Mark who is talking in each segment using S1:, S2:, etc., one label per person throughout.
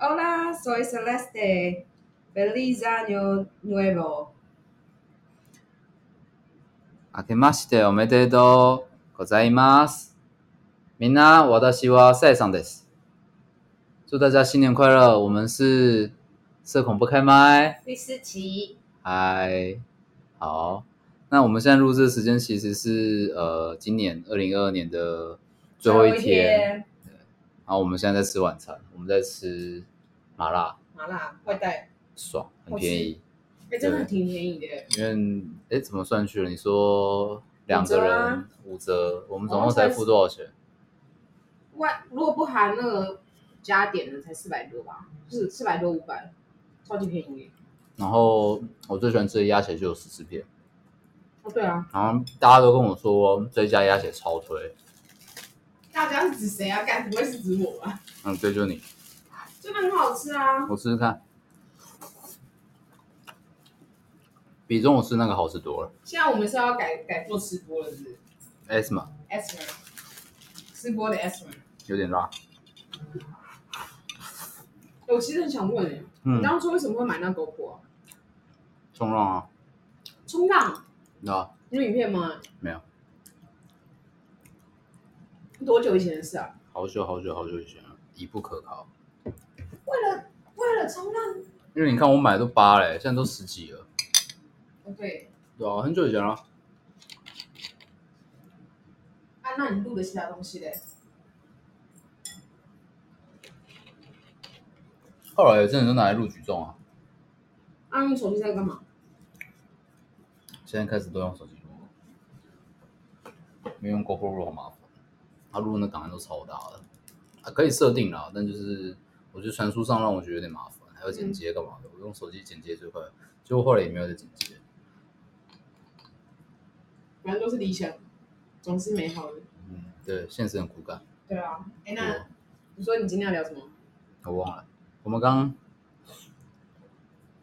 S1: Hola, soy Celeste. Feliz año nuevo.
S2: 明けましておめでとうございます。みんな、私はサイさんです。祝大家新年快乐！我们是社恐不开麦，
S1: 第四期，
S2: 嗨，好。那我们现在录制的时间其实是呃，今年二零二二年的最后一天。然后我们现在在吃晚餐，我们在吃麻辣，
S1: 麻辣外带，
S2: 爽，很便宜。
S1: 哎、真的挺便宜的。
S2: 因为哎，怎么算去了？你说两
S1: 五
S2: 个
S1: 折啊
S2: 人五折，我们总共才付多少钱？
S1: 外如果不含那个加点的，才四百多吧，是四百多五百，超级便宜。
S2: 然后我最喜欢吃的鸭血就有十四片，
S1: 哦，对啊，
S2: 然后大家都跟我说这一家鸭血超推，
S1: 大家是指谁啊？干不会是指我吧？
S2: 嗯，对，就你，
S1: 真的很好吃啊！
S2: 我试试看，比中午吃那个好吃多了。
S1: 现在我们是要改改做吃播了，是不是
S2: S 嘛，
S1: ？S 人，吃播的 S 人。
S2: 有点辣，
S1: 哎我其实很想问、欸，
S2: 嗯
S1: 你，当初为什么会买那 GoPro？、啊、
S2: 冲浪啊，
S1: 冲浪
S2: 那
S1: 有影片吗？
S2: 没有，
S1: 多久以前的事啊？
S2: 好久好久好久以前了，已不可考。
S1: 为了为了冲浪，
S2: 因为你看我买都八嘞，现在都十几了，
S1: 哦对，
S2: 对啊，很久以前了。
S1: 啊，那你录的其他东西嘞？
S2: 后来有真的都拿来录举重啊，
S1: 啊，用手机在干嘛？
S2: 现在开始都用手机录，因为用 GoPro 录好麻烦，它录的档案都超大的，啊，可以设定啦，但就是我觉得传输上让我觉得有点麻烦，还有
S1: 嗯
S2: 剪接干嘛的，我用手机剪接最快，结果后来也没有在剪接，
S1: 反正都是理想，总是美好的。
S2: 嗯，对，现实很骨感，
S1: 对啊，哎，那
S2: 我
S1: 你说你今天要聊什么？
S2: 我忘了，我们刚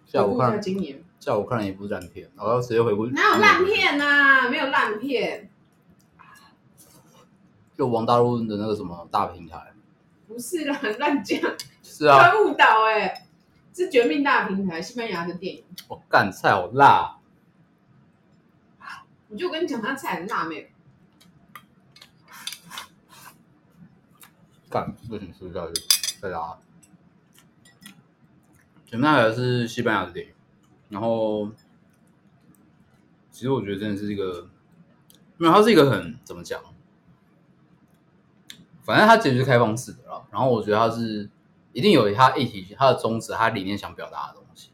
S2: 下午
S1: 回顾一下
S2: 看
S1: 今年，
S2: 下午看了一部烂片，然后直接回顾
S1: 哪有烂，片呐、没有烂片，
S2: 就王大陆的那个什么大平台，
S1: 不是啦， 乱讲，
S2: 是
S1: 突
S2: 啊，
S1: 然误导哎、是《绝命大平台》西班牙的电影，
S2: 我干菜好辣。啊
S1: 我就跟你讲，它菜很辣妹，
S2: 干，不行，吃不下去，再拉。简单来说是西班牙的电影，然后其实我觉得真的是一个，没有，它是一个很怎么讲，反正它简直是开放式的啦。然后我觉得它是一定有它议题、它的宗旨、它理念想表达的东西，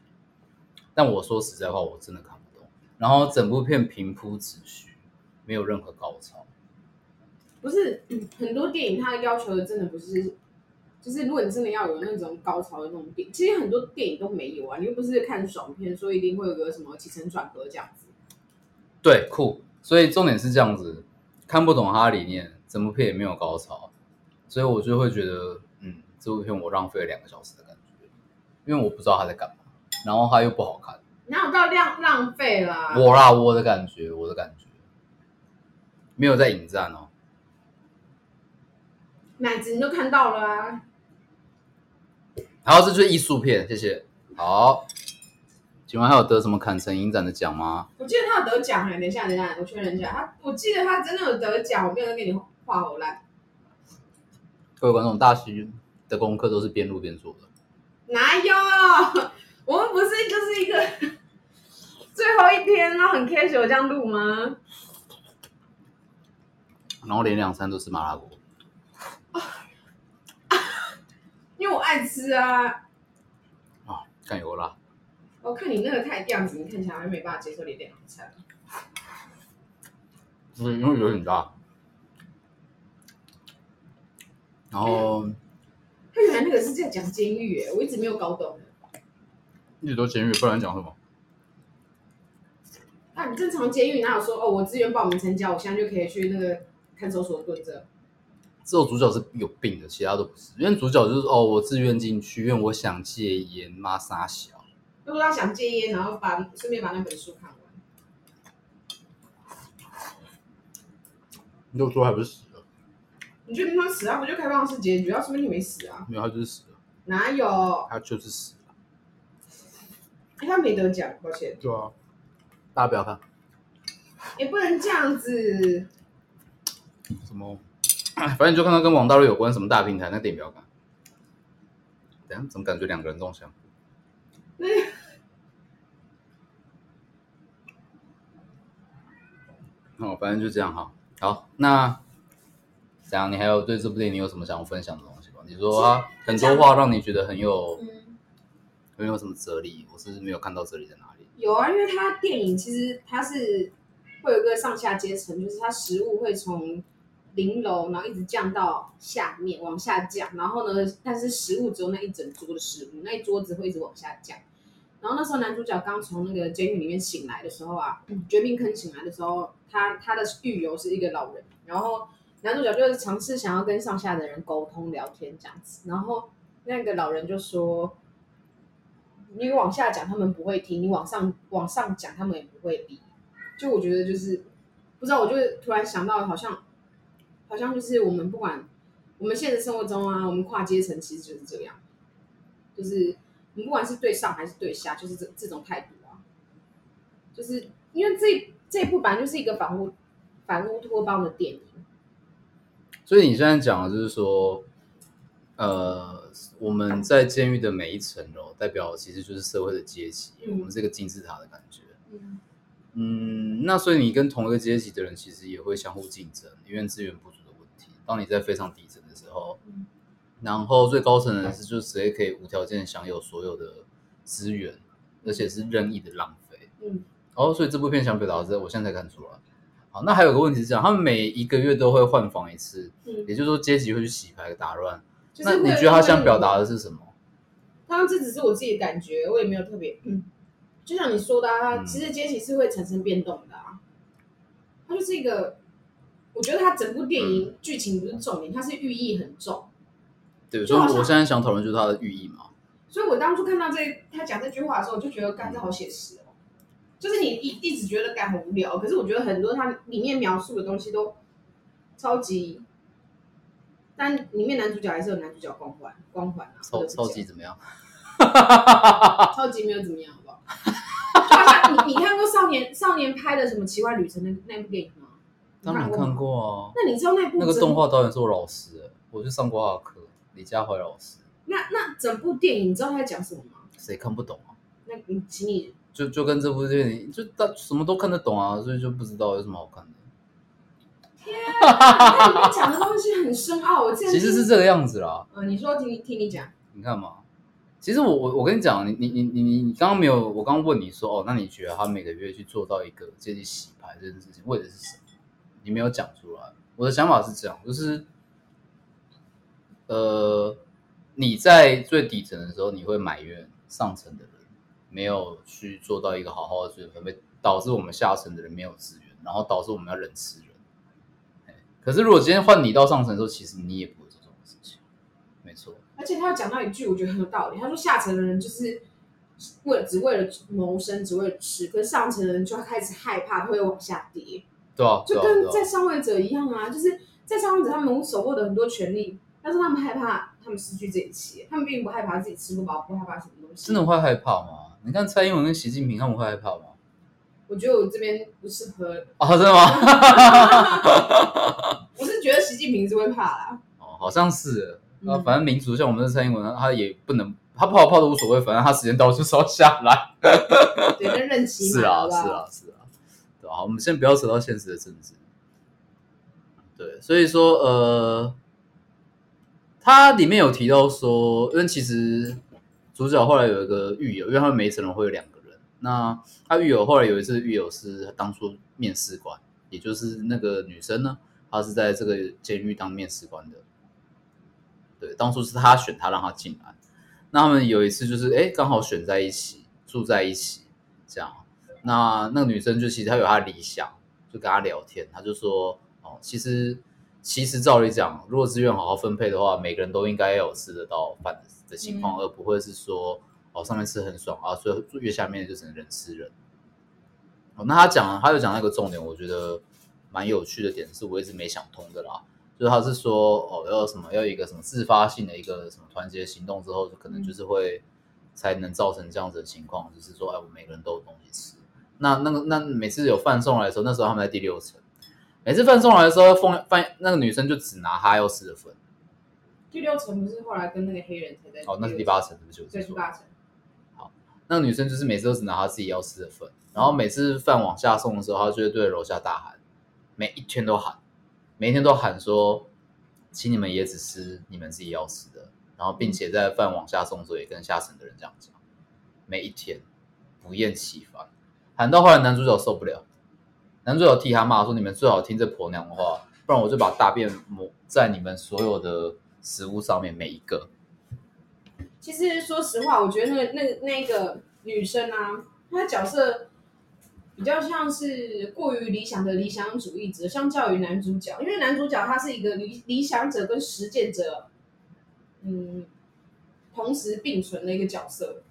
S2: 但我说实在话，我真的看不懂。然后整部片平铺直叙，没有任何高潮。
S1: 不是、嗯很多电影它要求的真的不是。就是如果你真的要有那种高潮的那种电，其实很多电影都没有啊。你又不是看爽片，说一定会有个什么起承转合这样子。
S2: 对，酷。所以重点是这样子，看不懂他的理念，整部片也没有高潮，所以我就会觉得，嗯，这部片我浪费了两个小时的感觉，因为我不知道他在干嘛，然后他又不好看。
S1: 哪有到浪浪费啦？
S2: 我啦，我的感觉，我的感觉，没有在引战哦。
S1: 奶子你就看到了啊，
S2: 然后这就是艺术片，谢谢。好，请问还有得什么坎城影展的奖吗？
S1: 我记得他有得奖哎、等一下等一下，我确认一下，他我记得他真的有得奖，我没有在给你画好烂，
S2: 各位观众，大西的功课都是边录边做的。
S1: 哪有？我们不是就是一个 最后一天，然后很 casual 这样录吗？
S2: 然后连两餐都吃麻辣锅，
S1: 因为我爱吃啊。
S2: 看啊有够辣。
S1: 我、哦看你那个太样子，你看起来好像没办法接受你点两餐。
S2: 嗯，因为有点大。然后
S1: 他原来那个是在讲监狱哎，我一直没有搞懂。
S2: 一直都监狱，不然讲什么？
S1: 那、啊你正常监狱哪有说哦，我自愿报名参加，我现在就可以去那个看守所蹲着？
S2: 只有主角是有病的，其他都不是。因为主角就是哦，我自愿进去，因为我想戒烟，妈傻小。
S1: 如果他想戒烟，然后把顺便把那本书看完，
S2: 你就说还不是死了？
S1: 你觉得他死，他不就开放式结局？他说不定没死啊。
S2: 没有，他就是死了。
S1: 哪有？
S2: 他就是死了，
S1: 哎他没得奖，抱歉，
S2: 对啊，大家不要看
S1: 也不能这样子。
S2: 什么， 反正你就看到跟网大陆有关什么大平台，那电影不要看。怎样？怎么感觉两个人中枪？
S1: 那
S2: 哦，反正就这样哈。好，那怎样？你还有对这部电影有什么想要分享的东西吗？你说、啊、很多话让你觉得很有
S1: 嗯，
S2: 很有什么哲理，我是没有看到哲理在哪里。
S1: 有啊，因为它电影其实它是会有一个上下阶层，就是它食物会从零楼，然后一直降到下面往下降，然后呢，但是食物只有那一整桌的食物，那一桌子会一直往下降。然后那时候男主角刚从那个监狱里面醒来的时候啊，绝命坑醒来的时候，他他的狱友是一个老人，然后男主角就是尝试想要跟上下的人沟通聊天这样子，然后那个老人就说，你往下讲他们不会听，你往上往上讲他们也不会理。就我觉得就是不知道，我就突然想到，好像好像就是我们不管我们现实生活中啊，我们跨阶层其实就是这样，就是我们不管是对上还是对下，就是这这种态度啊，就是因为这这一部本来就是一个反乌反乌托邦的电影，
S2: 所以你现在讲的就是说，呃，我们在监狱的每一层楼，代表其实就是社会的阶级，
S1: 嗯
S2: 我们是一个金字塔的感觉。
S1: 嗯，
S2: 嗯，那所以你跟同一个阶级的人，其实也会相互竞争，因为资源不足的问题。当你在非常底层的时候，
S1: 嗯
S2: 然后最高层的人是就直接可以无条件享有所有的资源，而且是任意的浪费。
S1: 嗯，
S2: 哦，所以这部片想表达的是，我现在才看出来。好，那还有个问题是这样，他们每一个月都会换房一次，
S1: 嗯
S2: 也就是说阶级会去洗牌打乱。
S1: 就是
S2: 那
S1: 会
S2: 你
S1: 有
S2: 觉得他
S1: 一个
S2: 想表达的是什么？
S1: 当然，这只是我自己的感觉，我也没有特别。嗯，就像你说的、啊，
S2: 嗯
S1: 其实阶级是会产生变动的啊。它就是一个，我觉得它整部电影剧情不是重点，它是寓意很重。
S2: 对，
S1: 就
S2: 所以
S1: 好像
S2: 我现在想讨论就是它的寓意嘛。
S1: 所以我当初看到这他讲这句话的时候，我就觉得干这好写实哦。就是你一一直觉得干很无聊，可是我觉得很多它里面描述的东西都超级，但里面男主角还是有男主角光环光环啊，
S2: 超
S1: 不得不
S2: 超
S1: 讲
S2: 级怎么样？
S1: 超级没有怎么样，好不好？就好像你你看过少年少年拍的什么《奇幻旅程》那那部电影吗？你
S2: 当然
S1: 过吗
S2: 看。过啊，
S1: 那你知道那部
S2: 那个
S1: 整
S2: 动画导演是我老师、欸，我去上过他的课，李家怀老师，
S1: 那那整部电影你知道他在讲什么吗？
S2: 谁看不懂啊？
S1: 那你请你
S2: 就就跟这部电影，就大什么都看得懂啊，所以就不知道有什么好看的。
S1: 那里面讲的东西很深奥，我之前
S2: 其实是这个样子啦，
S1: 嗯、你说听你听你讲，
S2: 你看嘛，其实我我我跟你讲，你你你你你你刚刚没有，我刚刚问你说，哦，那你觉得他每个月去做到一个阶级洗牌这件事情，为的是什么？你没有讲出来。我的想法是这样，就是，呃，你在最底层的时候，你会埋怨上层的人没有去做到一个好好的资源分配，导致我们下层的人没有资源，然后导致我们要人吃人。哎可是如果今天换你到上层的时候，其实你也不会做这种事情，没错。
S1: 而且他有讲到一句我觉得很有道理，他说下层的人就是为了只为了谋生，只为了吃，可是上层的人就开始害怕，会往下跌。
S2: 对啊，
S1: 就
S2: 对啊
S1: 跟
S2: 对啊
S1: 在上位者一样啊，就是在上位者他们手握的很多权利，但是他们害怕他们失去这一切，他们并不害怕自己吃不饱，不害怕什么东西。
S2: 真的，会害怕吗？你看蔡英文跟习近平，他们会害怕吗？
S1: 我觉得我这边不适合，
S2: 啊，真的 吗？
S1: 我是觉得习近平是会怕啦。
S2: 哦，好像是。啊，
S1: 嗯
S2: 反正民族像我们的蔡英文，他也不能，他泡泡都无所谓，反正他时间到就是要下来。
S1: 对，那任期嘛，
S2: 是啊，
S1: 好不
S2: 是
S1: 好，
S2: 啊，是啊。对啊，我们先不要扯到现实的政治。对，所以说，呃，它里面有提到说，因为其实主角后来有一个狱友，因为他们每一层楼会有两个人。那他狱友后来有一次狱友是当初面试官，也就是那个女生呢，她是在这个监狱当面试官的。对，当初是他选他让他进来。那他们有一次就是，哎，刚好选在一起，住在一起，这样。那那个女生就其实她有她的理想，就跟她聊天，她就说，哦，其实其实照理讲，如果资源好好分配的话，每个人都应该要有吃得到饭的情况，
S1: 嗯
S2: 而不会是说，哦，上面吃很爽啊，所以越下面就只能人吃人。哦，那他讲，他有讲到一个重点，我觉得蛮有趣的点，是我一直没想通的啦。就是他是说哦要什么要一个什么自发性的一个什么团结行动之后，就可能就是会才能造成这样子的情况，就是说哎我们每个人都有东西吃。那那个那每次有饭送来的时候，那时候他们在第六层，每次饭送来的时候，饭饭那个女生就只拿她要吃的份。
S1: 第六层不是后来跟那个黑人才在
S2: 哦，那是第
S1: 六
S2: 八层，对不起，我
S1: 层，对，
S2: 记
S1: 第
S2: 错。
S1: 八层，
S2: 那个女生就是每次都只拿她自己要吃的份，然后每次饭往下送的时候，她就会对楼下大喊，每一天都喊，每一天都喊说，请你们也只吃你们自己要吃的，然后并且在饭往下送的时候也跟下层的人这样讲，每一天不厌其烦，喊到后来男主角受不了，男主角替他骂说，你们最好听这婆娘的话，不然我就把大便抹在你们所有的食物上面每一个。
S1: 其实说实话，我觉得那个那那个女生啊，她的角色比较像是过于理想的理想主义者，相较于男主角，因为男主角他是一个理理想者跟实践者，嗯，同时并存的一个角色。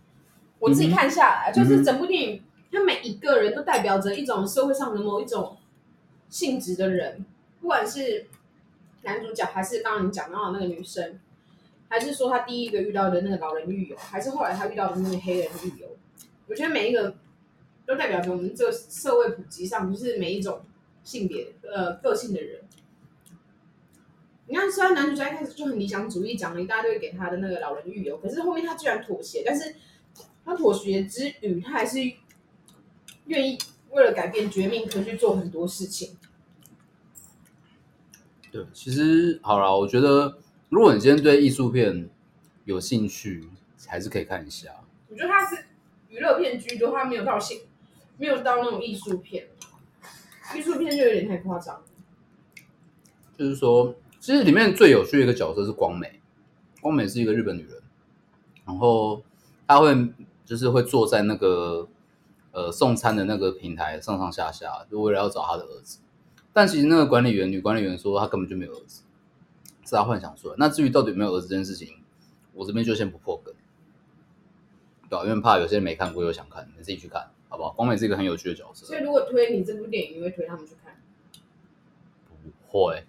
S1: 我自己看下来，就是整部电影，他每一个人都代表着一种社会上的某一种性质的人，不管是男主角还是刚刚你讲到的那个女生，还是说他第一个遇到的那个老人狱友，还是后来他遇到的那个黑人狱友，我觉得每一个都代表着我们这个社会普及上，就是每一种性别呃个性的人。你看，虽然男主角一开始就很理想主义，讲了一大堆给他的那个老人狱友，可是后面他居然妥协，但是他妥协之余，他还是愿意为了改变绝命科去做很多事情。
S2: 对，其实好啦，我觉得如果你今天对艺术片有兴趣，还是可以看一下。
S1: 我觉得他是娱乐片居多，他没有到性，没有到那种艺术片，艺术片就有点太夸张了。
S2: 就是说，其实里面最有趣的一个角色是光美，光美是一个日本女人，然后她会就是会坐在那个呃送餐的那个平台上上下下，就为了要找她的儿子。但其实那个管理员女管理员说她根本就没有儿子，是她幻想出来。那至于到底有没有儿子这件事情，我这边就先不破梗，对啊吧、因为怕有些人没看过又想看，你自己去看好不好？光美是一个很有趣的角色
S1: 所，以如果推你这部电影，你会推他们去看？
S2: 不会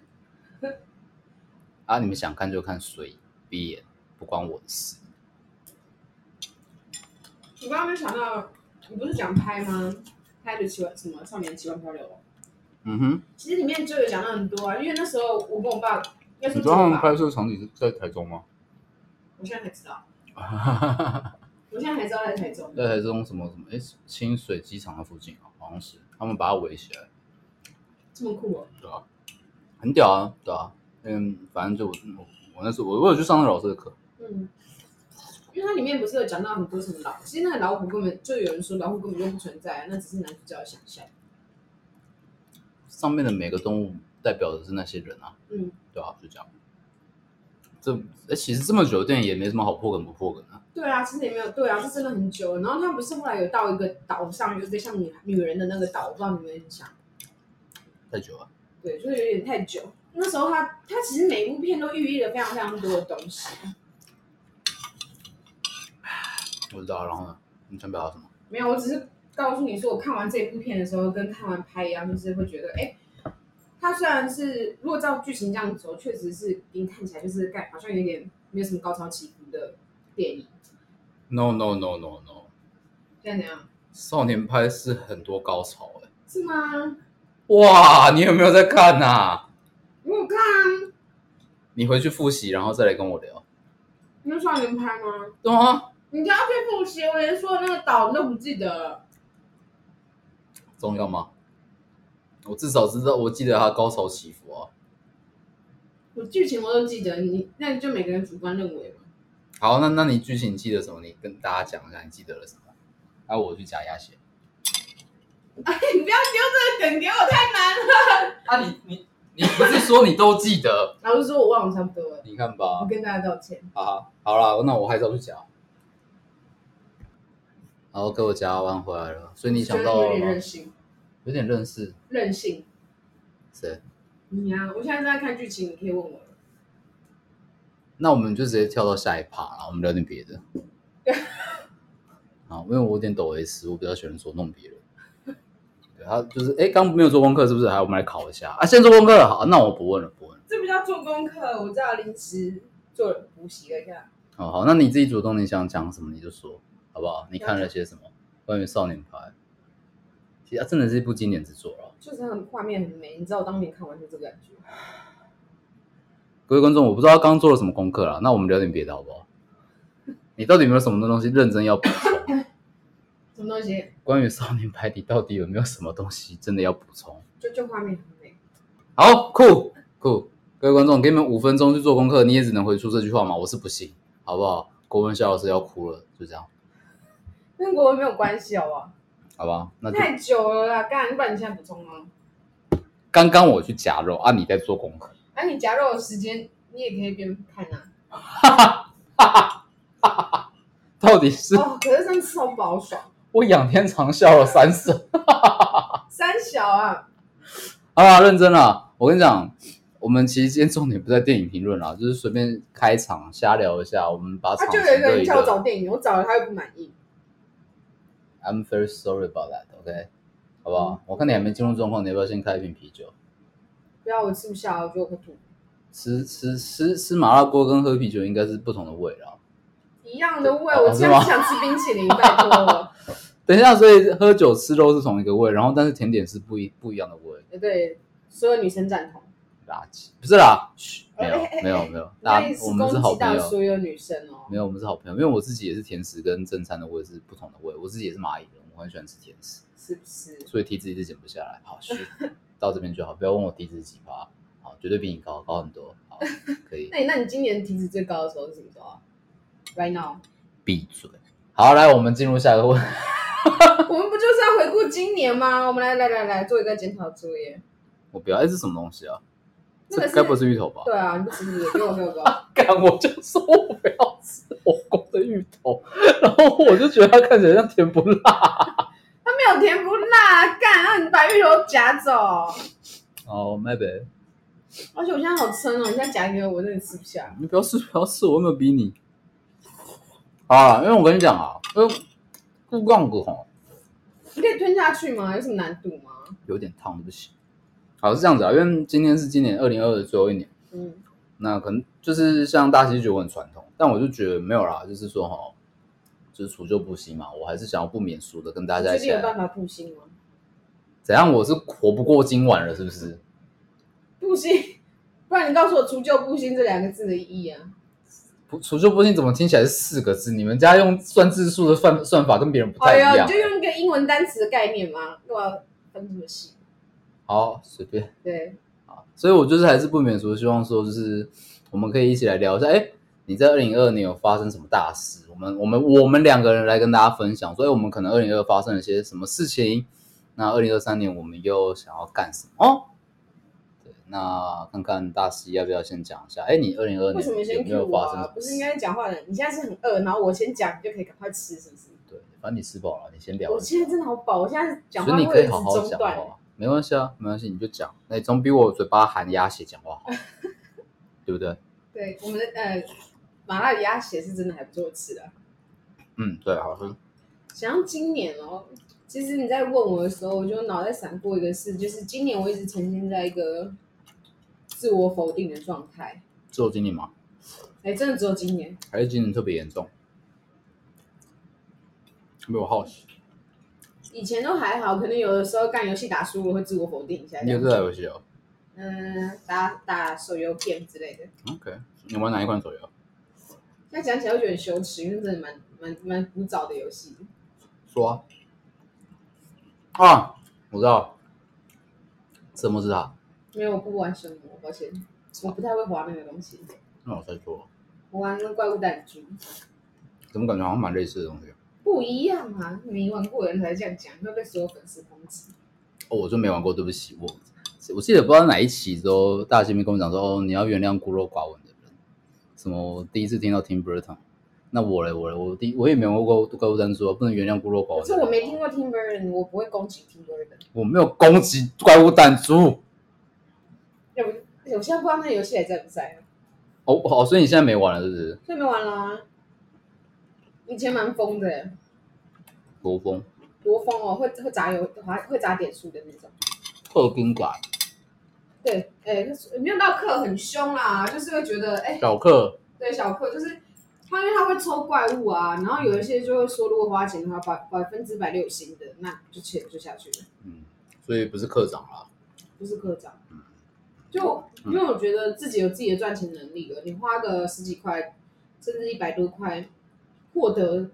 S2: 啊，你们想看就看，随便，不关我的事。
S1: 你刚刚没想到，你不是讲拍吗？拍的奇幻什么《少年奇幻漂流》哦？
S2: 嗯哼，
S1: 其实里面就有讲到很多啊，因为那时候我跟我爸，要是
S2: 你知道他们
S1: 我爸
S2: 拍摄场景是在台中吗？
S1: 我现在才知 道，我现在才知道在台中。
S2: 在台中什么什么？哎，清水机场那附近啊，好像是他们把它围起来，
S1: 这么酷哦！
S2: 很屌啊，对啊，嗯，反正就我我我那时候我我有去上那老师的课，
S1: 嗯，因为它里面不是有讲到很多什么老，其实那个老虎根本就有人说老虎根本就不存在，啊那只是男主角的想象。
S2: 上面的每个动物代表的是那些人啊，
S1: 嗯，
S2: 对啊，就这样。这哎，其实这么久的电影也没什么好破梗不破梗啊。
S1: 对啊，其实也没有对啊，是真的很久了。然后他们不是后来有到一个岛上，有点像女女人的那个岛，我不知道你们有没有印象？
S2: 太久了。
S1: 对，就是有点太久。那时候他他其实每一部片都寓意了非常非常多的东西。
S2: 我知道，然后呢？你想表达什么？
S1: 没有，我只是告诉你说，我看完这部片的时候，跟看完拍一样，就是会觉得，哎，它虽然是如果照剧情这样走，确实是你看起来就是干，好像有点没有什么高潮起伏的电影。
S2: No no no no no，
S1: 现在怎样？
S2: 少年派是很多高潮哎、
S1: 是吗？
S2: 哇，你有没有在看呐、
S1: 我有看啊，
S2: 你回去复习，然后再来跟我聊，
S1: 你有少年拍吗？
S2: 懂吗？
S1: 你这样去复习，我连说的那个岛都不记得了。
S2: 重要吗？我至少知道，我记得他高潮起伏啊。
S1: 我剧情我都记得，你那你就每个人主观认为嘛。
S2: 好，那那你剧情记得什么？你跟大家讲一下，你记得了什么？那、我去加鸭血。
S1: 哎，你不要丢这个梗给我，太难了。
S2: 啊，你你你不是说你都记得？
S1: 老实说，我忘了差不多了，
S2: 你看
S1: 我
S2: 吧，
S1: 跟大家道歉。
S2: 哈哈，啊好啦，那我还是要去夹。然后给我夹完回来了，所以你想到
S1: 觉得
S2: 了
S1: 有点
S2: 吗
S1: 任？性，
S2: 有点认识
S1: 任性。
S2: 谁？
S1: 你呀、我现在正在看剧情，你可以问我了。
S2: 那我们就直接跳到下一趴啦，我们聊点别的。啊，因为我有点抖 S，我比较喜欢捉弄别人。对，他就是哎，诶刚没有做功课是不是？还我们来考一下啊，先做功课了好，那我不问了，不问了。
S1: 这不叫做功课，我知道临时做了补习了一下。
S2: 好哦好，那你自己主动，你想讲什么你就说，好不好？你看了些什么关于少年派？其实、啊、真的是一部经典之作啊！
S1: 就是它的画面很美，你知道我当年看完就这个感觉。
S2: 各位观众，我不知道他刚做了什么功课啦，那我们聊点别的好不好？你到底有没有什么东西认真要补充？
S1: 什么东西？
S2: 关于少年派，你到底有没有什么东西真的要补充？
S1: 就就画面很美。
S2: 好酷酷，各位观众，给你们五分钟去做功课，你也只能回出这句话嘛，我是不信，好不好？国文小老师要哭了，就这样，
S1: 跟国文没有关系，好不好？
S2: 好吧？那就
S1: 太久了啦，干，不然你现在补充啊。
S2: 刚刚我去夹肉啊，你在做功课，
S1: 那、你夹肉的时间，你也可以边看啊。
S2: 到底是
S1: 哦，可是真的吃超饱爽，
S2: 我仰天长啸了三声。
S1: 三小啊，
S2: 好啦，啊认真啦，我跟你讲，我们其实今天重点不在电影评论啦，就是随便开场瞎聊一下，我们把
S1: 他、
S2: 场
S1: 就有一个
S2: 对
S1: 人
S2: 一
S1: 叫我找
S2: 个。
S1: 电影，我找了他又不满意。
S2: I'm very sorry about that. OK，好不好？我看你还没进入状况，你要不要先开一瓶啤酒？
S1: 不要，我吃不下，我觉得我会吐。
S2: 吃吃吃吃麻辣锅跟喝啤酒应该是不同的味啦。
S1: 一样的味，
S2: 哦
S1: 我今
S2: 是
S1: 天
S2: 吗
S1: 不想吃冰淇 淋，拜托了。
S2: 等一下，所以喝酒吃肉是同一个味，然后但是甜点是不一不一样的味。
S1: 呃对，所有女生赞同，
S2: 垃圾不是啦，嘘，没
S1: 哎
S2: 有
S1: 哎哎
S2: 没有没有，大
S1: 那
S2: 家
S1: 也
S2: 啊我
S1: 是
S2: 们是好
S1: 攻击到
S2: 朋友，
S1: 所有女生哦。
S2: 没有我们是好朋友，因为我自己也是甜食跟正餐的味是不同的味，我自己也是蚂蚁人，我很喜欢吃甜食。
S1: 是不是？
S2: 所以体脂一直减不下来。好， 嘘，到这边就好，不要问我体脂几趴，好，绝对比你高，高很多。好，可 以
S1: 那你那你今年体脂最高的时候是什么时候啊？Right now，
S2: 闭嘴。好，来，我们进入下一个问。
S1: 我们不就是要回顾今年吗？我们来来来来做一个检讨作业。
S2: 我不要，哎、这是什么东西啊？
S1: 那个
S2: 这
S1: 是
S2: 该不会是芋头吧？
S1: 对啊，你不吃是不是？给我给我给我！
S2: 干，我就说我不要吃火锅的芋头，然后我就觉得它看起来像甜不辣。
S1: 它没有甜不辣，干，啊让你把芋头夹走。
S2: 哦，妹妹，
S1: 而且我现在好撑哦，你现在夹给我，我真的吃不下。
S2: 你不要试，不要试，我又没有逼你。啊，因为我跟你讲啊，因为顾杠哥吼
S1: 你可以吞下去吗？有什么难度吗？
S2: 有点烫，对不起。好，是这样子啊，因为今天是今年二零二的最后一年。
S1: 嗯，
S2: 那可能就是像大西觉得我很传统，但我就觉得没有啦，就是说哈，就是除旧布新嘛，我还是想要不免俗的跟大
S1: 你
S2: 家一
S1: 最
S2: 起
S1: 近有
S2: 来。
S1: 办法不行吗？
S2: 怎样？我是活不过今晚了，是不是？
S1: 不行，不然你告诉我“除旧布新”这两个字的意义啊？
S2: 不除旧布新怎么听起来是四个字？你们家用算字数的算算法跟别人不太
S1: 哎
S2: 一
S1: 呦，
S2: 样
S1: 你就。用一个英文单词的概念嘛，干嘛分这么细？
S2: 好，随便
S1: 对，
S2: 啊。所以我就是还是不免俗，希望说就是我们可以一起来聊一下。哎，你在二零二年有发生什么大事？我们我们我们两个人来跟大家分享，所以哎我们可能二零二发生了些什么事情。那二零二三年我们又想要干什么？对，那看看大师要不要先讲一下？哎，你二零二
S1: 为什么
S2: 年有
S1: 先
S2: 没
S1: Q
S2: 有
S1: 我
S2: 发生
S1: 啊？不是应该讲话的？你现在是很饿，然后我先讲，你就可以赶快吃，是不是？
S2: 对，反正你吃饱了，你先聊
S1: 我
S2: 一下。
S1: 现在真的好饱，我现在讲话
S2: 所以你可
S1: 会一
S2: 以
S1: 直
S2: 好好
S1: 中
S2: 讲
S1: 断。
S2: 话，没关系啊，没关系，你就讲，那总比我嘴巴含鸭血 讲话好，对不对？
S1: 对，我们的呃麻辣鸭血是真的还不错吃的啊。
S2: 嗯，对，好吃。
S1: 想到今年哦，其实你在问我的时候，我就脑袋闪过一个事，就是今年我一直沉浸在一个自我否定的状态。
S2: 只有今年吗？
S1: 哎，真的只有今年。
S2: 还是今年特别严重？没有好奇，
S1: 以前都还好，可能有的时候干游戏打输了会自我否定一下这
S2: 你也
S1: 样
S2: 是。打游戏哦。
S1: 嗯、打打手游片之类的。
S2: OK，你玩哪一款手游？
S1: 现在讲起来会觉得很羞耻，因为真的蛮蛮蛮古早的游戏。
S2: 说啊，啊，我知道，什么是它？
S1: 没有，我不玩神魔，抱歉，我不太会滑那个东西。
S2: 那我再说，
S1: 我玩那个怪物弹珠，
S2: 怎么感觉好像蛮类似的东西？啊
S1: 不一样啊！没玩过的人才这样讲，会被所有粉丝抨击。
S2: 哦，我就没玩过，对不起，我我记得不知道哪一期之后，大新面跟我讲说，哦，你要原谅孤陋寡闻的人。什么？我第一次听到 Tim Burton，那我嘞，我嘞，我第我也没玩过怪物弹珠，啊不能原谅孤陋寡闻。啊
S1: 可是我没听，过 Tim Burton，我不会攻击 Tim Burton。
S2: 我没有攻击怪物弹珠。
S1: 要不，我现在不知道那游戏还在不在啊？
S2: 哦，好，所以你现在没玩了，是不是？
S1: 现在没玩了、啊。以前蛮疯的耶，
S2: 国风
S1: 多疯哦，会会砸油，还会砸点数的那种。
S2: 特工馆，
S1: 对，哎、没有到课很凶啦，就是会觉得，哎、
S2: 小克
S1: 对小克就是他，因为他会抽怪物啊，然后有一些就会说，如果花钱的话，百百分之百六星的，那就钱就下去了，
S2: 嗯，所以不是课长啦，
S1: 不是科长。
S2: 嗯
S1: 就因为我觉得自己有自己的赚钱能力了，你花个十几块，甚至一百多块，获得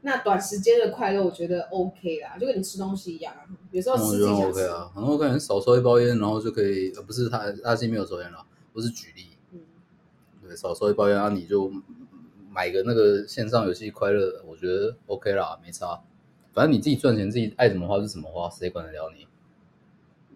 S1: 那短时间的快乐，我觉得 OK 啦，就跟你吃东西一样啊，有时候
S2: 那哦我
S1: 吃自
S2: 觉得
S1: 己
S2: 很
S1: 想
S2: OK
S1: 吃，
S2: 啊，很 OK，很少抽一包烟，然后就可以，呃，不是他他是没有抽烟了，我是举例，
S1: 嗯，
S2: 对，少抽一包烟，啊，你就买个那个线上游戏快乐，我觉得 OK 啦，没差，反正你自己赚钱，自己爱怎么花就怎么花，谁管得了你？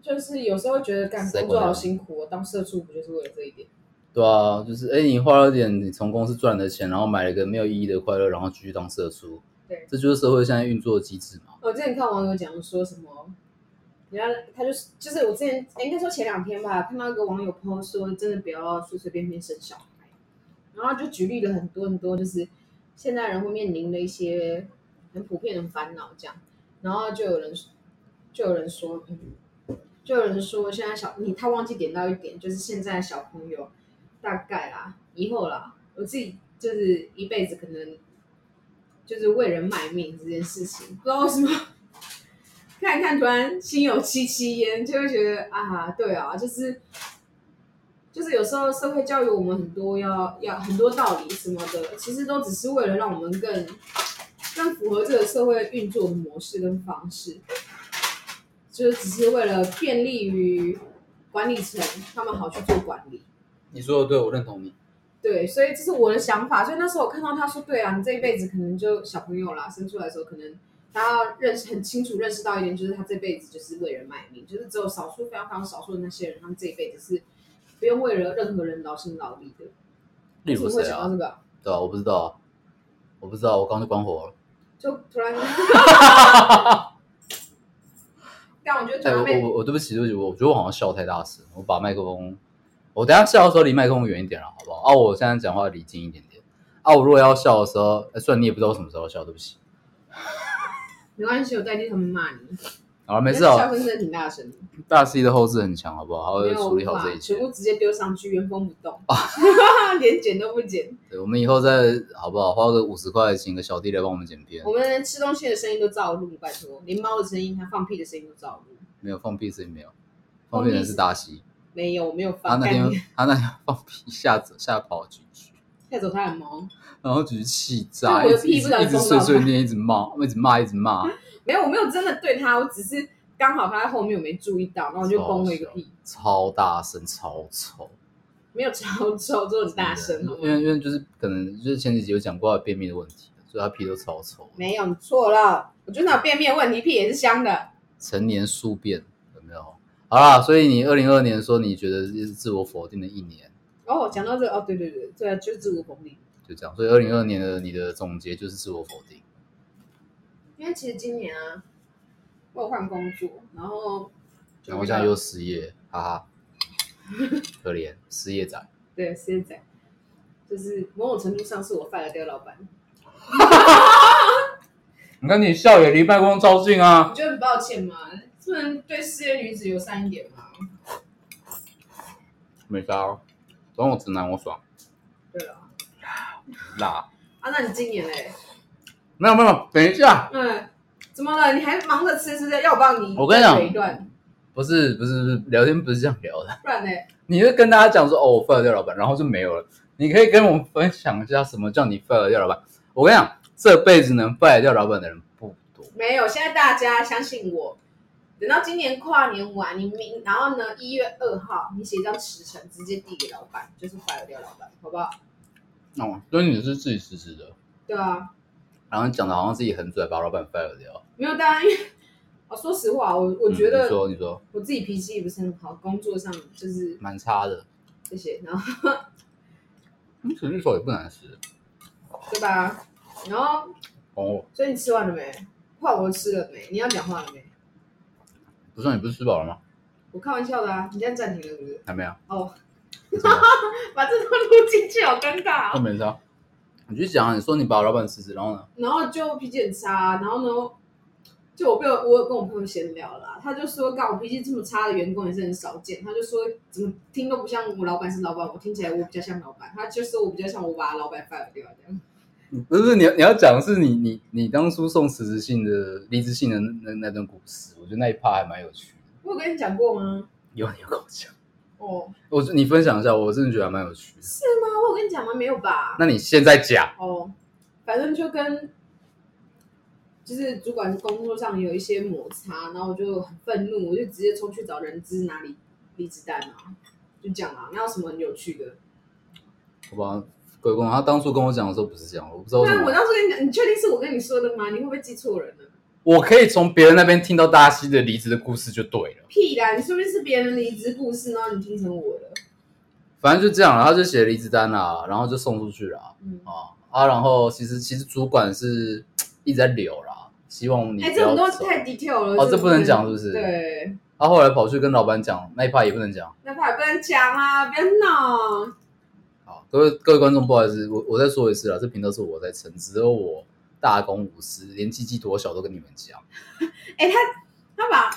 S1: 就是有时候觉得干
S2: 谁
S1: 工作
S2: 管
S1: 好
S2: 啊
S1: 辛苦、哦，当社畜不就是为了这一点？
S2: 对啊，就是哎、诶你花了点你从公司赚的钱，然后买了个没有意义的快乐，然后继续当社畜，
S1: 对
S2: 这就是社会现在运作的机制嘛。
S1: 我之前看网友讲说什么，人家他就是就是我之前诶应该说前两天吧，看到一个网友 p 说，真的不要随随便便生小孩，然后就举例了很多很多，就是现代人会面临的一些很普遍的烦恼这样，然后就有人就有人说，嗯，就有人说现在小你他忘记点到一点，就是现在小朋友大概啦，以后啦，我自己就是一辈子可能就是为人卖命这件事情，不知道为什么。看一看，突然心有戚戚焉，就会觉得啊，对啊，就是就是有时候社会教育我们很多要要很多道理什么的，其实都只是为了让我们更更符合这个社会运作的模式跟方式，就是只是为了便利于管理层他们好去做管理。
S2: 你说的对，我认同你。
S1: 对，所以这是我的想法。所以那时候我看到他说，对啊，你这一辈子可能就小朋友啦，生出来的时候可能他要认识很清楚认识到一点，就是他这辈子就是为人卖命，就是只有少数非常非常少数的那些人，他们这一辈子是不用为了任何人劳心劳力的。
S2: 例如
S1: 你怎么会
S2: 谁
S1: 想到
S2: 啊？
S1: 这个啊？
S2: 对啊，我不知道啊，我不知道，我刚刚就关火了。
S1: 就突 然， 但我觉得突
S2: 哎、
S1: 然被、
S2: 我我我对不起，对不起，我我觉得我好像笑太大声，我把麦克风，我等一下笑的时候离麦克风远一点了，好不好？啊，我现在讲话离近一点点。啊，我如果要笑的时候，哎、虽然你也不知道我什么时候笑，对不起。
S1: 没关系，我代替他们骂你。
S2: 好了，没事
S1: 笑
S2: 啊，
S1: 声真的挺大声的，
S2: 大 C 的后置很强，好不好？他
S1: 没
S2: 会
S1: 有
S2: 处理好
S1: 办法
S2: 这一切啊
S1: 全。部直接丢上去，原封不动， 连剪都不剪。
S2: 对，我们以后再好不好？花个五十块，请个小弟来帮我们剪片
S1: 我。们连吃东西的声音都照录，拜托，连猫的声音、它放屁的声音都照录。
S2: 没有放屁声音没有，
S1: 放
S2: 放
S1: 屁
S2: 屁的是大西，
S1: 没有，我没有
S2: 他
S1: 放。
S2: 啊那
S1: 干
S2: 天
S1: 你
S2: 他那天 放屁吓走吓跑菊菊，
S1: 吓走它的猫，
S2: 然后菊菊气炸，
S1: 就
S2: 一
S1: 我的
S2: 直
S1: 屁
S2: 一
S1: 不
S2: 直
S1: 小
S2: 一
S1: 心
S2: 直
S1: 碰到
S2: 碎
S1: 他
S2: 碎念，一直骂，一直骂，一直骂。
S1: 没有，我没有真的对它，我只是刚好它在后面，我没注意到，然后我就
S2: 哦
S1: 崩了一个屁，
S2: 超大声，超臭，
S1: 没有超臭，就很大声，哦好
S2: 因
S1: 吗？
S2: 为因为就是可能就是前几集有讲过他便秘的问题，所以他屁都超臭。
S1: 没有，你错了，我就是有便秘的问题，屁也是香的。
S2: 成年宿便有没有？好啦，所以你二零二年说你觉得是自我否定的一年，
S1: 哦，讲到这个哦，对对对，对啊，就是自我封闭。
S2: 就这样。所以二零二年的你的总结就是自我否定。
S1: 因为其实今年啊，我有换工作，然后就
S2: 然后
S1: 遇
S2: 现
S1: 到
S2: 在又失业，哈哈，可怜失业仔。
S1: 对，现在就是某种程度上是我犯了这个老板。
S2: 你看你笑也离麦克风超近啊
S1: 我！觉得很抱歉嘛，不能对事业女子友善一点嘛。
S2: 没啥、哦，总有直男我爽，
S1: 对了，
S2: 辣。
S1: 啊，那你今年嘞？
S2: 没有没有，等一下，
S1: 嗯，怎么了？你还忙着吃是不是？要我帮你
S2: 我跟你讲
S1: 再捋一段，
S2: 不是不是不是，聊天不是这样聊的。
S1: 不然嘞，
S2: 你会跟大家讲说哦，我 fire 掉老板，然后就没有了。你可以跟我们分享一下什么叫你 fire 掉老板。我跟你讲，这辈子能 fire 掉老板的人不多。
S1: 没有。现在大家相信我，等到今年跨年完，你明，然后呢，一月二号，你写一张辞呈，直接递给老板，就是甩掉老板，好不好？
S2: 哦，所以你是自己辞职的，
S1: 对啊，
S2: 然后讲的好像自己很拽，把老板 fire 掉。
S1: 没有当然，我哦说实话，我我
S2: 我
S1: 觉
S2: 嗯你
S1: 得
S2: 说你说
S1: 我自己脾气也不是很好，工作上就是
S2: 蛮差的，
S1: 这些，然后。
S2: 你手续手也不难吃。
S1: 对吧？然后，
S2: 哦，
S1: 所以你吃完了没？话我吃了没？你要讲话了没？
S2: 不是你不是吃饱了吗？
S1: 我开玩笑的啊！你现在暂停了是不是？
S2: 还没啊？
S1: 哦，
S2: 你怎么了
S1: 把这段录进去好尴尬、
S2: 都
S1: 哦。
S2: 没事啊。你去讲啊，你说你把老板辞职，然后呢？
S1: 然后就脾气很差，然后呢，就我被我我有跟我朋友闲聊啦，他就说，干我脾气这么差的员工也是很少见。他就说，怎么听都不像我老板是老板，我听起来我比较像老板。他就说我比较像我把老板 fire 掉这样。
S2: 不是你要你要讲的是你你你当初送辞职信的离职信的那那那段故事，我觉得那一趴还蛮有趣的。
S1: 我有跟你讲过吗？
S2: 有你有跟我讲，
S1: 哦，
S2: 我你分享一下，我真的觉得还蛮有趣的。
S1: 是吗？我有跟你讲吗？没有吧？
S2: 那你现在讲，
S1: 哦，反正就跟就是主管工作上有一些摩擦，然后我就很愤怒，我就直接冲去找人资拿离离职单啊，就讲啊，那有什么很有趣的？
S2: 好吧？鬼公他当初跟我讲的时候不是这样，我不知道为什
S1: 那我
S2: 么。
S1: 当时跟你讲，你确定是我跟你说的吗？你会不会记错人了？
S2: 我可以从别人那边听到大西的离职的故事就对了，
S1: 屁啦！你说不定是别人离职故事，然后你听成我的。
S2: 反正就这样了，他就写离职单啦，然后就送出去了
S1: 嗯，
S2: 啊啊，然后其实其实主管是一直在留啦，希望你
S1: 哎、
S2: 不
S1: 这
S2: 要
S1: 种东
S2: 走
S1: 西。太 detail 了。
S2: 哦，这不能讲是不是？。
S1: 对，
S2: 他后来跑去跟老板讲，那一趴也不能讲。
S1: 那怕也不能讲啊，不要闹。
S2: 好，啊各位各位观众，不好意思，我我再说一次啦，这频道是我在撑，只有我大公无私，连鸡鸡多小都跟你们讲。
S1: 哎他把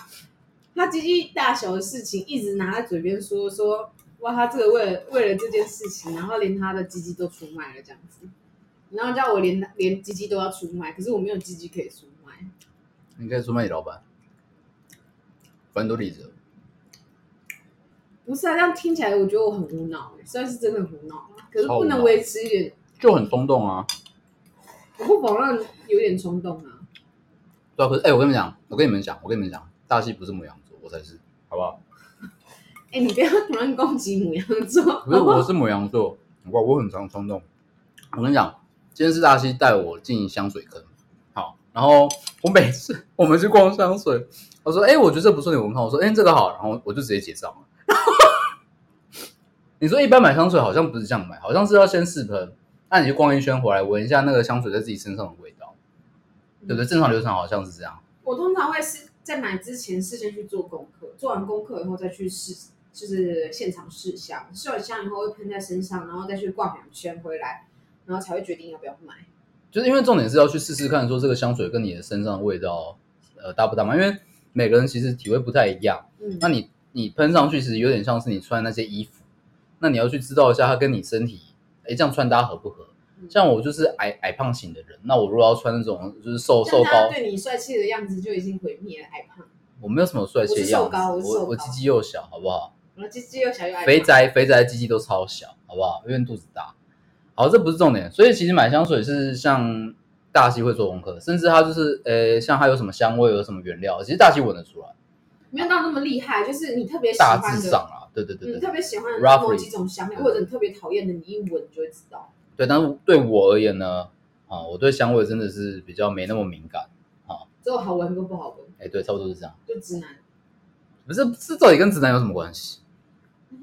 S1: 他鸡鸡大小的事情一直拿在嘴边说说，哇，他这个为了为了这件事情，然后连他的鸡鸡都出卖了这样子，然后叫我连连鸡鸡都要出卖，可是我没有鸡鸡可以出卖，
S2: 你可以出卖你老板，反正都离职了。
S1: 不是啊？这样听起来我觉得我很无脑、欸，虽然是真的很无脑啊，可是不
S2: 超无
S1: 能
S2: 脑
S1: 维持一点，
S2: 就很冲动啊。
S1: 我不否认有点冲动啊。
S2: 对啊，可是哎、我跟你们讲，我跟你们讲，我跟你们讲，大西不是母羊座，我才是，好不好？
S1: 哎、你不要突然攻击母羊座，
S2: 不是，
S1: 好不
S2: 我
S1: 好？
S2: 是母羊座，我我很常冲动。我跟你讲，今天是大西带我进香水坑，好，然后我每次 我们去逛香水，我说，哎、我觉得这不错，你闻看，我说，哎、这个好，然后我就直接结账了。 你说一般买香水好像不是这样买，好像是要先试喷，那你去逛一圈回来闻一下那个香水在自己身上的味道，对不对？正常流程好像是这样。
S1: 我通常会是在买之前事先去做功课，做完功课以后再去试，就是现场试香，试完香以后会喷在身上，然后再去逛两圈回来，然后才会决定要不要买。
S2: 就是因为重点是要去试试看，说这个香水跟你的身上的味道，呃，搭不搭嘛？因为每个人其实体味不太一样。
S1: 嗯，
S2: 那你你喷上去，其实有点像是你穿那些衣服，那你要去知道一下它跟你身体，哎，这样穿搭合不合？
S1: 嗯
S2: 像我就是矮矮胖型的人，那我如果要穿那种就是瘦
S1: 像
S2: 瘦
S1: 他
S2: 高，
S1: 对你帅气的样子就已经毁灭了爱胖，
S2: 我没有什么帅气的样
S1: 我是瘦
S2: 子，
S1: 高我是瘦
S2: 我
S1: 高
S2: 我鸡鸡又小，好不好？
S1: 然后鸡鸡又小又爱
S2: 肥
S1: 胖。
S2: 宅肥宅鸡鸡都超小，好不好？因为肚子大。好，这不是重点，所以其实买香水是像大西会做功课，甚至它就是呃，像它有什么香味，有什么原料，其实大西闻得出来，
S1: 没有到那么厉害，就是你特别喜
S2: 大
S1: 欢的，
S2: 致
S1: 嗯
S2: 上啦，对对对
S1: 你
S2: 对
S1: 特
S2: 对。
S1: 别喜欢的
S2: Roughly
S1: 某几种香料，或者你特别讨厌的，你一闻就会知道。
S2: 对，但是对我而言呢，啊，我对香味真的是比较没那么敏感，
S1: 只有好闻跟不好闻，
S2: 哎，对，差不多是这样。
S1: 就直男。
S2: 不是，这到底跟直男有什么关系？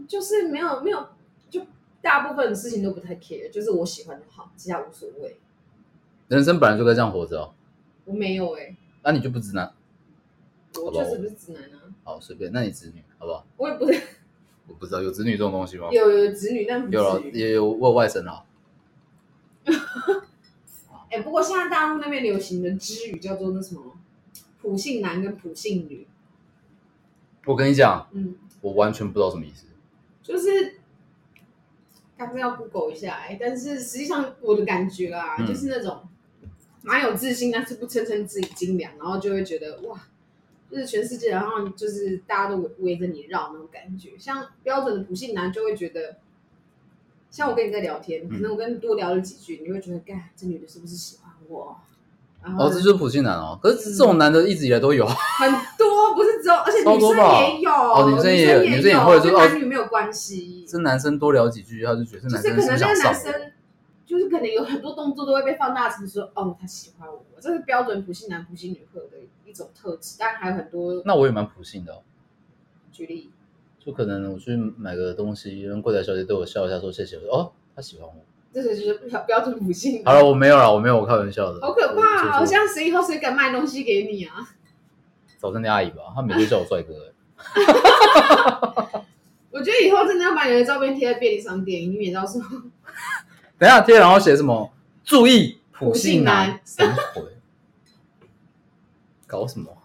S1: 就是没有没有，就大部分的事情都不太 care，就是我喜欢就好，其他无所谓。
S2: 人生本来就该这样活着、哦，
S1: 我没有哎、
S2: 那、你就不直男，
S1: 我
S2: 好吧
S1: 确实不是直男啊，
S2: 好随便，那你直女好不好？
S1: 我也不是？
S2: 我不知道有直女这种东西吗
S1: 有啊有子女，但不
S2: 有
S1: 至
S2: 了，
S1: 于。
S2: 也有我有外甥啊啦，
S1: 哎、不过现在大陆那边流行的之语叫做那什么普信男跟普信女，
S2: 我跟你讲，
S1: 嗯，
S2: 我完全不知道什么意思。
S1: 就是刚才要 Google 一下哎、但是实际上我的感觉啊，
S2: 嗯
S1: 就是那种蛮有自信，但是不称称自己精良，然后就会觉得哇，就是全世界，然后就是大家都围围着你绕那种感觉。像标准的普信男就会觉得，像我跟你在聊天，可
S2: 嗯
S1: 能我跟你多聊了几句，你会觉得，干这女的是不是喜欢我？然后
S2: 哦，这就是普信男哦。可是这种男的一直以来都有，啊
S1: 很多不是只有，而且女
S2: 超多
S1: 生
S2: 吧
S1: 也有，
S2: 哦女生也有
S1: 有，
S2: 女生也会
S1: 跟
S2: 说哦
S1: 男女没有关系。
S2: 这男生多聊几句，他就觉得这
S1: 就
S2: 男
S1: 是
S2: 生
S1: 可能
S2: 是
S1: 那
S2: 想
S1: 个
S2: 上
S1: 男
S2: 我。
S1: 生，就是可能有很多动作都会被放大成说，哦，他喜欢我，这是标准普信男、普信女会有的一种特质。当然还有很多
S2: 那我也蛮普信的哦、
S1: 举例，
S2: 就可能我去买个东西，让柜台小姐对我笑一下，说谢谢。我说哦，他喜欢我。
S1: 这个就是标标准普 信
S2: 好
S1: 男。
S2: 了，我没有了，我没有，我开玩笑的。
S1: 好可怕、啊！
S2: 我
S1: 好
S2: 就是
S1: 像谁以后谁敢卖东西给你啊？
S2: 早餐店阿姨吧，她每天叫我帅哥、欸。
S1: 我觉得以后真的要把你的照片贴在便利商店，以免到时候
S2: 等一下贴，然后写什么？注意，普信
S1: 信男
S2: 男，神鬼。搞什么？啊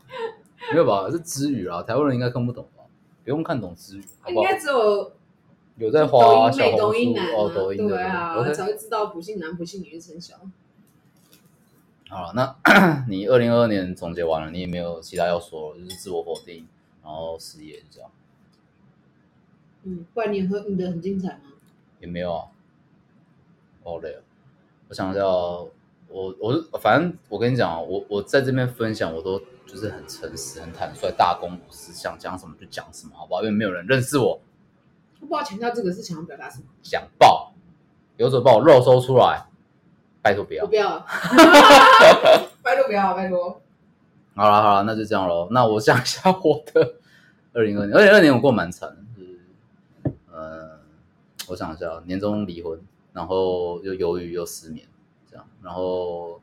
S2: 没有吧？是知语啊，台湾人应该看不懂吧？不用看懂知语，好 不
S1: 应
S2: 好？
S1: 该只有
S2: 有在
S1: 抖
S2: 花
S1: 音
S2: 小
S1: 妹、
S2: 红
S1: 抖音
S2: 书
S1: 男
S2: 哦，抖音的
S1: 啊对啊，
S2: OK
S1: 早就知道不信男不信女是生肖。
S2: 好了，那 你二零二二年总结完了，你也没有其他要说了，就是自我否定，然后失业就这样，
S1: 嗯，不然你和你的很精彩吗？
S2: 也没有啊。好累了，我想一下哦，我我是反正我跟你讲啊，我我在这边分享，我都就是很诚实、很坦率，大公无私，想讲什么就讲什么，好不好？因为没有人认识我，
S1: 我不知道强调这个是想要表达什么，
S2: 讲爆，有种把我肉搜出来，拜托不要
S1: 我。不 要了，拜托不要，拜托。
S2: 好了好了，那就这样喽。那我想一下我的二零二年，二零二年我过得蛮惨的，就是呃，我想一下，哦年终离婚，然后又犹豫又失眠，这样，然后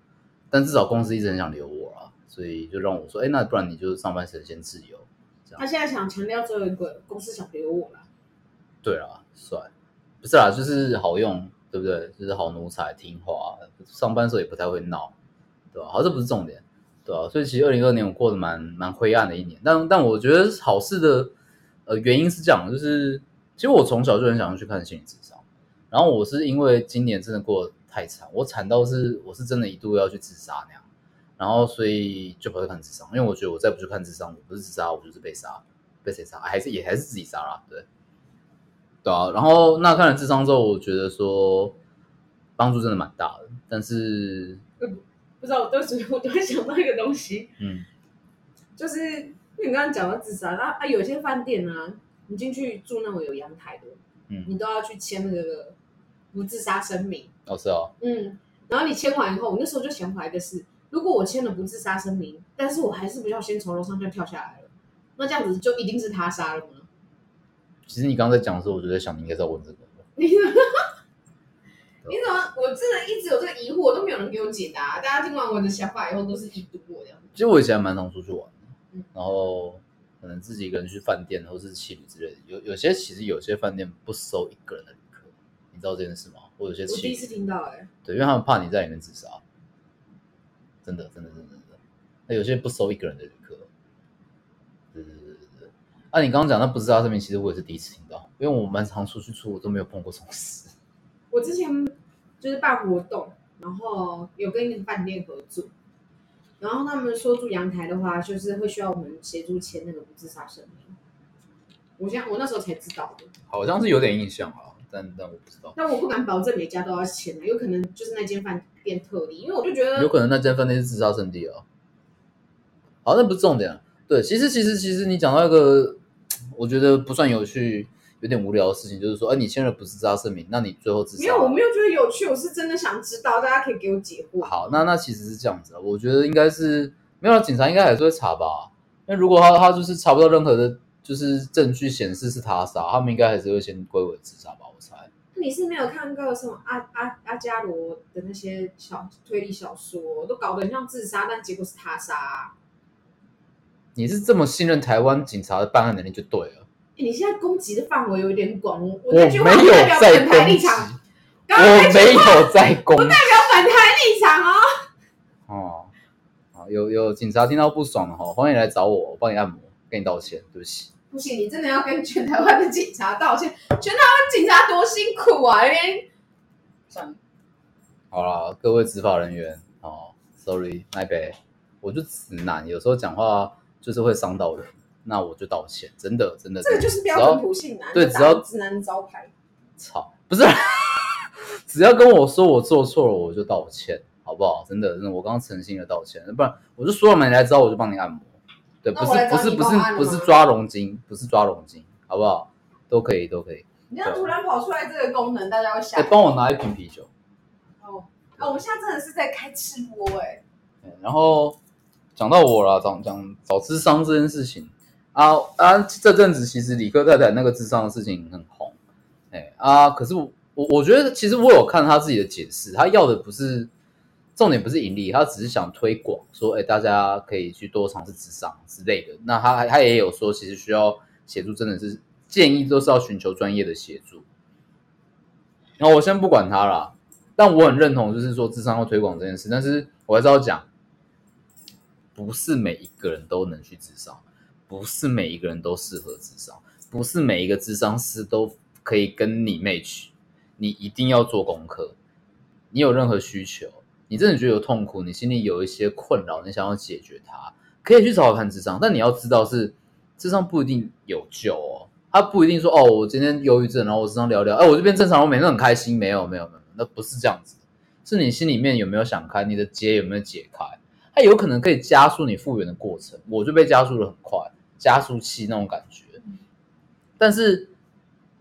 S2: 但至少公司一直很想留我啊，所以就让我说，哎，那不然你就上班时间自由。
S1: 他现在想强调最后一个公司想留我了，
S2: 对啦，帅，不是啦，就是好用，对不对？就是好奴才，听话，啊上班时候也不太会闹，对吧、好，这不是重点，对啊，所以其实二零二年我过得蛮蛮灰暗的一年，但但我觉得好事的呃原因是这样，就是其实我从小就很想要去看心理智商，然后我是因为今年真的过得太惨，我惨到是我是真的一度要去自杀那样，然后所以就跑去看智商，因为我觉得我再不去看智商，我不是自杀，我就是被杀，被谁杀？还是也还是自己杀啦，对。对啊，然后那看了智商之后，我觉得说帮助真的蛮大的，但是
S1: 不知道，我当时我突然想到一个东西，
S2: 嗯，
S1: 就是因为你刚刚讲到自杀，那啊有些饭店啊，你进去住那种有阳台的，
S2: 嗯
S1: 你都要去签那个不自杀声明，
S2: 哦是哦，
S1: 嗯，然后你签完以后，我那时候就想法一个是，如果我签了不自杀声明，但是我还是不要先从楼上这样跳下来了，那这样子就一定是他杀了吗？
S2: 其实你刚才讲的时候，我就在想你应该是要问这个，
S1: 你怎么？ 你怎么？我真的一直有这个疑惑，都没有人给我解答。大家听完我的想法以后，都是一读我这样。
S2: 其实我以前还蛮常出去玩的
S1: 嗯，
S2: 然后可能自己一个人去饭店或是情侣之类的，有有些其实有些饭店不收一个人的旅客，你知道这件事吗？或有些
S1: 我
S2: 情
S1: 第一
S2: 侣
S1: 次听到、哎，
S2: 对，因为他们怕你在里面自杀，真的，真的，真的，真的。那有些不收一个人的旅客，对对对对对。啊，你刚刚讲那不自杀声明，其实我也是第一次听到，因为我蛮常出去住，我都没有碰过这种事。
S1: 我之前就是办活动，然后有跟一个饭店合作，然后他们说住阳台的话，就是会需要我们协助签那个不自杀声明。我现在我那时候才知道的，
S2: 好像是有点印象啊，但但我不知道，
S1: 但我不敢保证每家都要签啊，有可能就是那间饭店特例，因为我就觉
S2: 有
S1: 得
S2: 可能那间饭店是自杀圣地啊。好，那不是重点啊。对，其实其实其实你讲到一个，我觉得不算有趣，有点无聊的事情，就是说，哎、你签了不自杀声明，那你最后自杀
S1: 没
S2: 了？
S1: 有，我没有觉得有趣，我是真的想知道，大家可以给我解惑。
S2: 好，那那其实是这样子啊，我觉得应该是没有啦，警察应该还是会查吧。那如果他他就是查不到任何的，就是证据显示是他杀，他们应该还是会先归为自杀吧，我猜。
S1: 你是没有看过什么阿阿阿加罗的那些小推理小说，都搞得很像自杀，但结果是他杀啊、
S2: 你是这么信任台湾警察的办案能力就对 了，
S1: 诶你现在攻击的范围有点广，我我
S2: 我没
S1: 那句话不
S2: 有
S1: 代表
S2: 在
S1: 本台
S2: 攻
S1: 立
S2: 击，
S1: 场，刚刚
S2: 我
S1: 那
S2: 没
S1: 句话
S2: 有在攻击。
S1: 代表本台立场哦。
S2: 哦，好，有有警察听到不爽的哈，欢迎来找我，我帮你按摩，跟你道歉，对不起。
S1: 不行，你真的要跟全台湾的警察道歉，全台湾警察多辛苦啊，连算了，
S2: 好啦，各位执法人员，哦，sorry，my bad，我就直男，有时候讲话就是会伤到人，那我就道歉，真的，真的，
S1: 这个
S2: 真的
S1: 就是标
S2: 只要
S1: 准普信男，
S2: 对
S1: 就打
S2: 只要
S1: 直男的招牌。
S2: 操，不是， 只要跟我说我做错了，我就道歉，好不好？真的，真的，我刚刚诚心的道歉，不然我就说了嘛，你来找我就帮你按摩，对，
S1: 那
S2: 不
S1: 我
S2: 是
S1: 来
S2: 不
S1: 找
S2: 是
S1: 你
S2: 不
S1: 帮我按
S2: 是
S1: 摩
S2: 不是抓龙筋，不是抓龙筋，好不好？都可以，都可以。
S1: 你这样突然跑出来这个功能，大家会
S2: 哎、
S1: 吓。
S2: 帮我拿一瓶啤酒。
S1: 哦，啊，我们现在真的是在开吃播哎、
S2: 嗯然后讲到我啦，讲讲找智商这件事情啊啊，这阵子其实理科太太那个智商的事情很红，哎啊，可是我我我觉得其实我有看他自己的解释，他要的不是重点，不是盈利，他只是想推广说，哎，大家可以去多尝试智商之类的。那他他也有说，其实需要协助，真的是建议都是要寻求专业的协助。然后我先不管他啦，但我很认同，就是说智商要推广这件事，但是我还是要讲，不是每一个人都能去智商，不是每一个人都适合智商，不是每一个智商师都可以跟你 match。你一定要做功课，你有任何需求，你真的觉得有痛苦，你心里有一些困扰，你想要解决它，可以去找我看智商。但你要知道是，智商不一定有救哦，他不一定说哦，我今天忧郁症，然后我智商聊聊，哎，我这边正常，我每天都很开心，没有没有没有，那不是这样子，是你心里面有没有想开，你的结有没有解开，它有可能可以加速你复原的过程。我就被加速的很快，加速器那种感觉，但是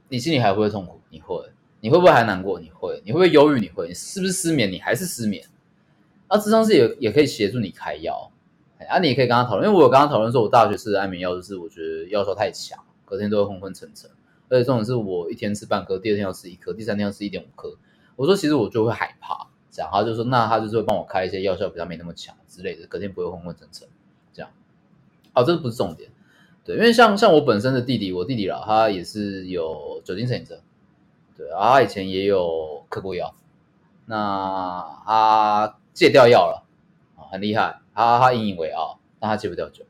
S2: 你心里还会不会痛苦？你会。你会不会还难过？你会，你会不会忧郁？你会，你是不是失眠？你还是失眠？那智商是也也可以协助你开药，哎啊，你也可以跟他讨论。因为我有跟他讨论说，我大学吃的安眠药，就是我觉得药效太强，隔天都会昏昏沉沉，而且重点是我一天吃半颗，第二天要吃一颗，第三天要吃一点五颗。我说其实我就会害怕，这样他就说那他就是会帮我开一些药效比较没那么强之类的，隔天不会昏昏沉沉这样。哦，这不是重点，对，因为像像我本身的弟弟，我弟弟啦，他也是有酒精成瘾症。对，然后他以前也有嗑过药，那他戒掉药了，啊，很厉害，他他引以为傲，但他戒不掉酒。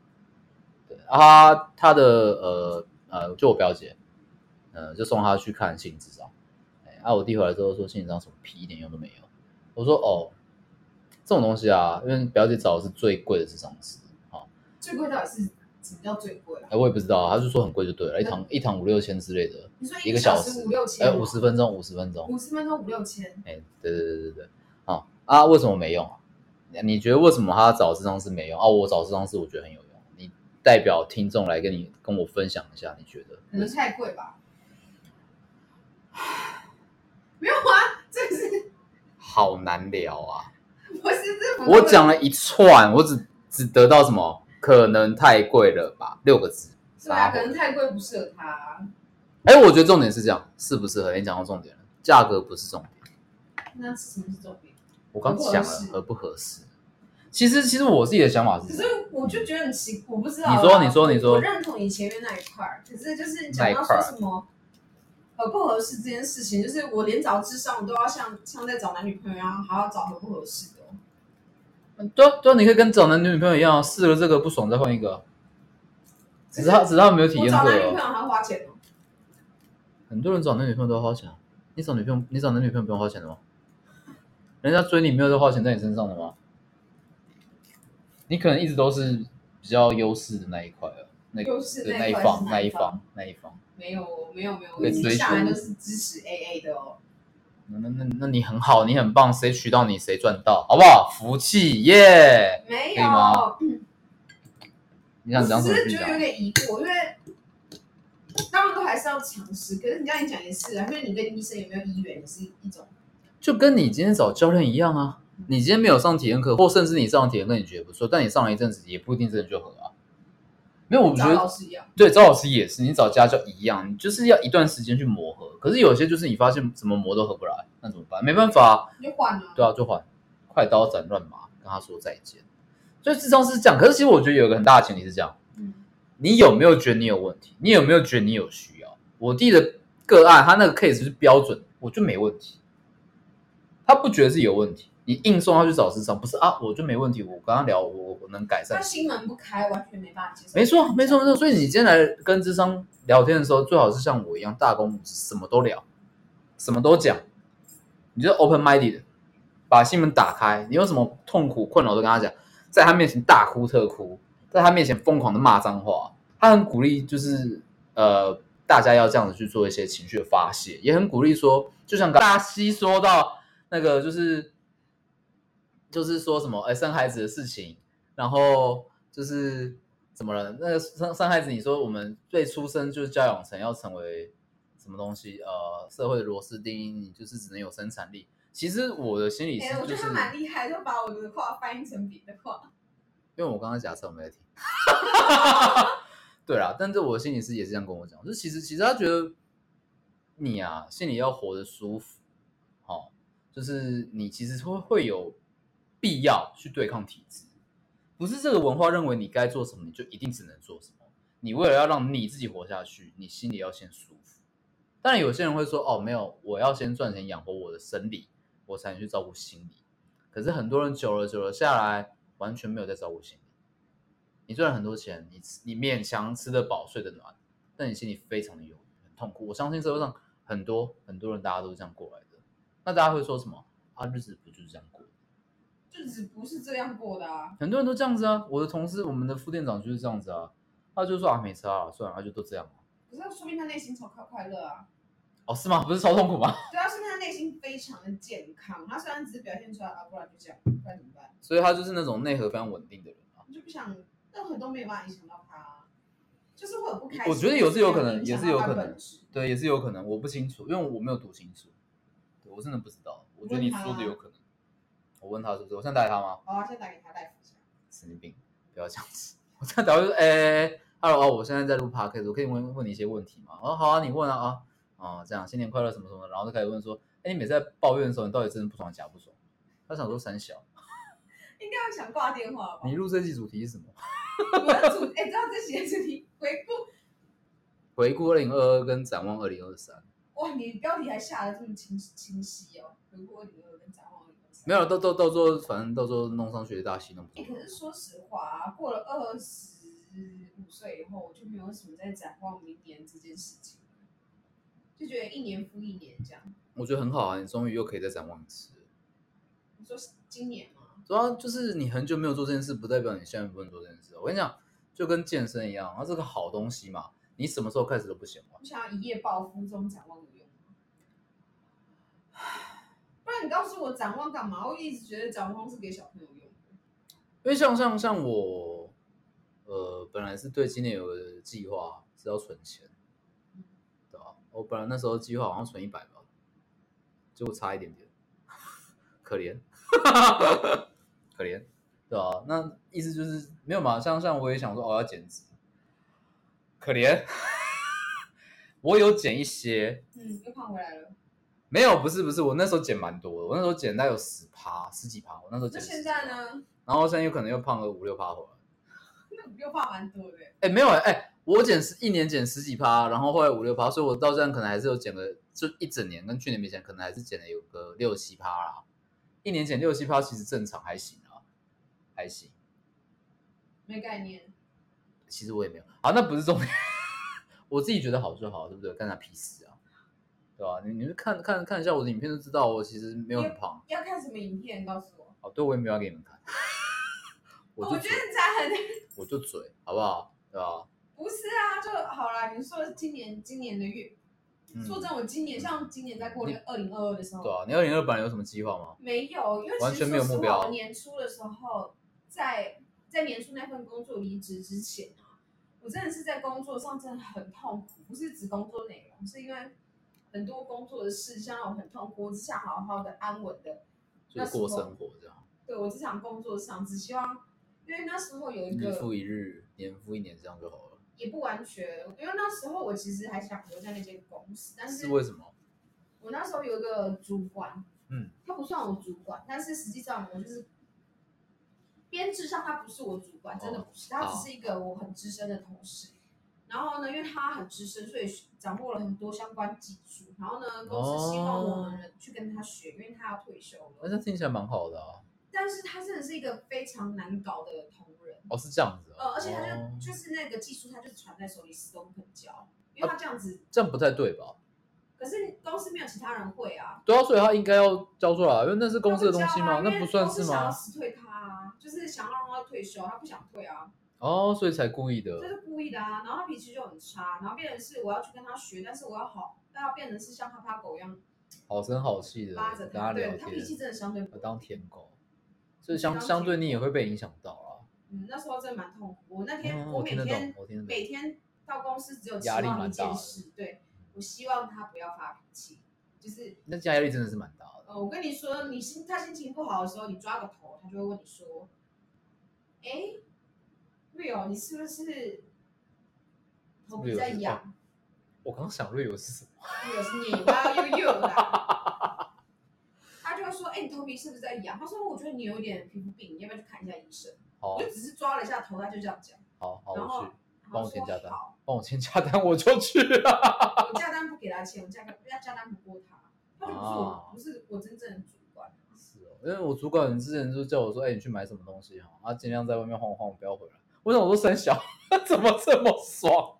S2: 对，啊，他的呃呃，就我表姐，呃，就送他去看心理智商。哎，啊，我弟回来之后说心理智商什么屁一点用都没有。我说哦，这种东西啊，因为表姐找的是最贵的智商师，啊，
S3: 最贵到底是什么叫最贵啊？
S2: 哎，我也不知道，他就说很贵就对了，一堂一堂五六千之类的，
S3: 你说个
S2: 一个小
S3: 时
S2: 时
S3: 五六千
S1: 啊
S2: 哎，
S3: 吗，
S2: 五十分钟，五十分钟。
S1: 嗯
S3: 五十分钟五六千，
S2: 哎、对对对对对，啊啊，为什么没用啊？你觉得为什么他找智商师没用啊？我找智商师我觉得很有用。你代表听众来跟你跟我分享一下，你觉得？
S1: 嗯
S3: 可能太贵吧？没有啊，这个是
S2: 好难聊啊！
S3: 不是
S1: 嗯
S3: 这
S2: 我讲了一串，我只只得到什么？可能太贵了吧，六个字。
S3: 对啊，
S2: 撒
S3: 可
S2: 谎
S3: 能太贵不适合他啊。
S2: 哎、我觉得重点是这样，适不适合？你讲到重点了，价格不是重点。
S3: 那是什么是重点？
S2: 我刚
S3: 合不
S2: 讲了
S3: 合适
S2: 合不合适。其实，其实我自己的想法
S3: 可
S2: 是这
S3: 是
S2: 样，
S3: 我就觉得很奇，我不知道啊。
S2: 你说你说你说
S3: 我认同你前面那一块儿，可是就是讲到说什么合不合适这件事情，就是我连找智商我都要像像在找男女朋友一样，还要找合不合适的哦。
S2: 对啊对啊，你可以跟找男女朋友一样，啊试了这个不爽再换一个啊。只是他，只是他没有体
S3: 我
S2: 验
S3: 找
S2: 过
S3: 男女朋友
S2: 哦。
S3: 还要花钱哦，
S2: 很多人找男女朋友都要花钱啊，你找女朋友，你找男女朋友不用花钱的吗？人家追你没有在花钱在你身上的吗？你可能一直都是比较优势的那一块啊，那个
S3: 优势
S2: 对
S3: 那
S2: 那
S3: 一
S2: 一
S3: 块
S2: 方
S3: 是哪
S2: 那
S3: 一
S2: 一
S3: 方
S2: 方那一方，
S3: 没有没有没有，我
S2: 被
S3: 一
S2: 追
S3: 直
S2: 求
S3: 下来都是支持 AA 的哦。
S2: 那那那那你很好，你很棒，谁娶到你谁赚到，好不好？福气耶！
S3: 没
S2: 可以吗
S3: 有，
S2: 你想讲
S3: 我
S2: 什
S3: 只
S2: 么
S3: 是
S2: 就
S3: 觉得有
S2: 讲，
S3: 点疑惑，因为当然都还是要尝试。可是你这样一讲也是啊，因为你跟医生有没有医缘也是一种。
S2: 就跟你今天找教练一样啊。你今天没有上体验课，或甚至你上体验课你觉得不错，但你上了一阵子也不一定真的就合啊。没有，我觉
S3: 找
S2: 得
S3: 老师一样，
S2: 对，找老师也是，你找家教一样，你就是要一段时间去磨合。可是有些就是你发现怎么磨都合不来，那怎么办？没办法啊，
S3: 你就换了。
S2: 对啊，就还快刀斩乱麻，跟他说再见。所以智商是这样，可是其实我觉得有一个很大的前提是这样，
S3: 嗯
S2: 你有没有觉得你有问题？你有没有觉得你有需要？我弟的个案，他那个 case 是标准，我就没问题，他不觉得自己有问题。你硬送他去找智商，不是啊？我就没问题，我跟他聊，我我能改善
S3: 他。心门不开，完全没办法接受。哎
S2: 没错，没错，没错。所以你今天来跟智商聊天的时候，最好是像我一样大公无私，什么都聊，什么都讲，你就 open minded，把心门打开。你有什么痛苦困扰都跟他讲，在他面前大哭特哭，在他面前疯狂的骂脏话。他很鼓励，就是呃，大家要这样子去做一些情绪的发泄，也很鼓励说，就像刚大西说到那个，就是就是说什么哎生孩子的事情，然后就是怎么了？那个生生孩子，你说我们最出生就是教养成要成为什么东西？呃，社会的螺丝钉，你就是只能有生产力。其实我的心里
S3: 哎、
S2: 是
S3: 我觉
S2: 就
S3: 得
S2: 是，
S3: 他蛮厉害，就把我的话翻译成别的话。
S2: 因为我刚刚假设我没在听。 对啦，但是我心理师也是这样跟我讲，就是其实其实他觉得你啊，心里要活得舒服，哦，就是你其实会会有必要去对抗体制，不是这个文化认为你该做什么你就一定只能做什么，你为了要让你自己活下去，你心里要先舒服。当然有些人会说，哦，没有，我要先赚钱养活我的生理，我才能去照顾心理。可是很多人久了久了下来，完全没有在照顾心理，你赚了很多钱，你吃你勉强吃得饱，睡得暖，但你心里非常的忧郁，很痛苦。我相信社会上很多很多人，大家都是这样过来的。那大家会说什么？啊，日子不就是这样过？
S1: 日子不是这样过的啊。
S2: 很多人都这样子啊。我的同事，我们的副店长就是这样子啊。他就说啊，没差啊，算了，他就都这样啊。
S1: 可是说明他内心超快快乐啊。
S2: 哦，是吗？不是超痛苦吗？
S1: 对啊，说明他内心非常的健康。他虽然只是表现出来啊，不然就这样，不然怎么办？
S2: 所以他就是那种内核非常稳定的人啊。
S1: 你就不想任何都没有办法影响到他啊，就是会有不开心。
S2: 我觉得有是有可能，
S1: 影
S2: 也
S1: 响
S2: 是有
S1: 到他
S2: 可能
S1: 本质，
S2: 对，也是有可能，我不清楚，因为我没有读清楚，对我真的不知道。我觉得你
S1: 问他啊
S2: 说的有可能。我问他是不是？我现在打给他吗？
S1: 好啊，先打给他大夫一下。
S2: 神经病，不要这样子。 我这样打过去说，哎、h e l l o 我现在在录 podcast，我可以问问你一些问题吗？哦，好啊，你问啊啊，哦，这样新年快乐什么什么的，然后就开始问说，哎、你每次在抱怨的时候，你到底真的不爽还是假不爽？他想说三小，
S1: 应该会想挂电话吧？
S2: 你录这季主题是什么？
S1: 我的主，哎、知道这些主题回顾，
S2: 回顾二零二二跟展望二零二三，
S1: 哇，你标题还下的这么清清晰哦，回顾二零二跟展望二零二三。
S2: 没有，到到到时候反正到时候弄上学大戏弄不
S1: 哎、
S2: 出
S1: 可
S2: 来
S1: 是说实话啊，过了二十五岁以后，我就没有什么在展望明年这件事情了，就觉得一年复一年这样。
S2: 我觉得很好啊，你终于又可以再展望一次。
S1: 你说是今年吗？
S2: 主要就是你很久没有做这件事，不代表你现在不能做这件事。我跟你讲，就跟健身一样，它是个好东西嘛，你什么时候开始都不嫌晚。
S1: 我想要一夜暴富，这种展望有用吗？ 不然你告诉我展望干嘛？我一直觉得展望是给小朋友用的。
S2: 因为像像像我，呃，本来是对今年有个计划是要存钱，对吧、我本来那时候计划好像存一百吧，结果差一点点， 可怜，可怜，对吧、那意思就是没有嘛，像像我也想说哦要减脂，可怜，我有减一些，
S1: 嗯，又胖回来了。
S2: 没有不是不是，我那时候减蛮多的，我那时候减大概有十趴十几趴，我那时候
S1: 那
S2: 减。
S1: 现在？呢？
S2: 然后现在有可能又胖了五六趴回来。
S1: 那你又胖蛮多的。
S2: 哎、没有哎、哎、我减十一年减十几趴，然后后来五六趴，所以我到现在可能还是有减个，就一整年跟去年比起来，可能还是减了有个六七趴啦。一年减六七趴其实正常，还行啊，还行。
S1: 没概念。
S2: 其实我也没有啊，那不是重点， 我自己觉得好就好，啊对不对？干他屁事啊，对吧、你你就看看看一下我的影片就知道，我其实没有很胖。
S1: 要看什么影片？告诉我。哦
S2: 哦，对，我也没有要给你们看，我就
S1: 我觉得你才 很
S2: 我就嘴，好不好？对吧、
S1: 不是啊，就好啦。你说今年今年的月，
S2: 嗯
S1: 说真，我今年像今年在过那二零二二的时候，
S2: 对啊，你二零二版有什么计划吗？
S1: 没有，因为
S2: 完
S1: 其
S2: 全
S1: 实说
S2: 没有
S1: 实
S2: 目
S1: 话，
S2: 标
S1: 我年初的时候，在在年初那份工作离职之前啊，我真的是在工作上真的很痛苦，不是指工作内容，是因为很多工作的事项让我很痛苦，我只想好好的安稳的，
S2: 就是过生活这样。
S1: 对我只想工作上，只希望，因为那时候有一
S2: 日
S1: 个
S2: 复一日，年复一年，这样就好了。
S1: 也不完全，因为那时候我其实还想留在那间公司，但是
S2: 是为什么？
S1: 我那时候有一个主管，
S2: 嗯，
S1: 他不算我主管，但是实际上我就是编制上他不是我主管，真的不是，他
S2: 哦好
S1: 只是一个我很资深的同事。然后呢，因为他很资深，所以掌握了很多相关技术。然后呢，公司希望我
S2: 哦
S1: 们去跟他学，因为他要退休
S2: 哎那
S1: 了。
S2: 这听起来蛮好的啊。
S1: 但是他真的是一个非常难搞的同仁，
S2: 哦，是这样子啊。
S1: 呃，而且他就、
S2: 哦
S1: 就是那个技术，他就传在手里，死都不肯教，因为他这样子
S2: 这样不太对吧？
S1: 可是公司没有其他人会啊，
S2: 对啊，所以他应该要交出来啊，因为那是公司的东西
S1: 他不
S2: 吗？
S1: 交啊
S2: 那不算是
S1: 因为公司想要
S2: 吗？
S1: 辞退他啊，就是想要让他退休，他不想退啊，
S2: 哦，所以才故意
S1: 这
S2: 的。
S1: 是故意的啊。然后他脾气就很差，然后变成是我要去跟他学，但是我要好，但要变成是像哈巴狗一样
S2: 好声好气的
S1: 拉着
S2: 跟他聊
S1: 对他脾气
S2: 天，
S1: 真的相对
S2: 我
S1: 不
S2: 当舔狗，所以
S1: 当
S2: 相
S1: 舔
S2: 相对你也会被影响到啊。
S1: 嗯，那时候真的蛮痛苦。我那天、
S2: 嗯
S1: 我
S2: 我
S1: 每
S2: 听得懂
S1: 天，
S2: 我听得
S1: 每
S2: 懂。
S1: 天到公司只有期
S2: 压力
S1: 望一
S2: 蛮大
S1: 件
S2: 的
S1: 事，对我希望他不要发脾气，就是
S2: 那压力真的是蛮大的。
S1: 呃，我跟你说，你心他心情不好的时候，你抓个头，他就会问你说：“哎，Rio，你是不是头皮在痒
S2: 我刚刚想瑞友是什么？
S1: ？Rio 是你吧？又又啦。”他就会说：“哎，你头皮是不是在痒？”他说：“我觉得你有一点皮肤病，你要不要去看一下医生
S2: 好？”
S1: 我就只是抓了一下头，他就这样讲，
S2: 好好，
S1: 然
S2: 哦我
S1: 后
S2: 去帮我添加
S1: 然后
S2: 单
S1: 说好，
S2: 帮我签加单，我就去啊。
S1: 我价单不给他钱，我价格要价单不过他，他就不是我，
S2: 啊
S1: 不是我真正的主管。
S2: 啊是哦，因为我主管之前就叫我说，哎、你去买什么东西哈，啊，尽量在外面晃晃，不要回来。我想我都三小， 怎么这么爽？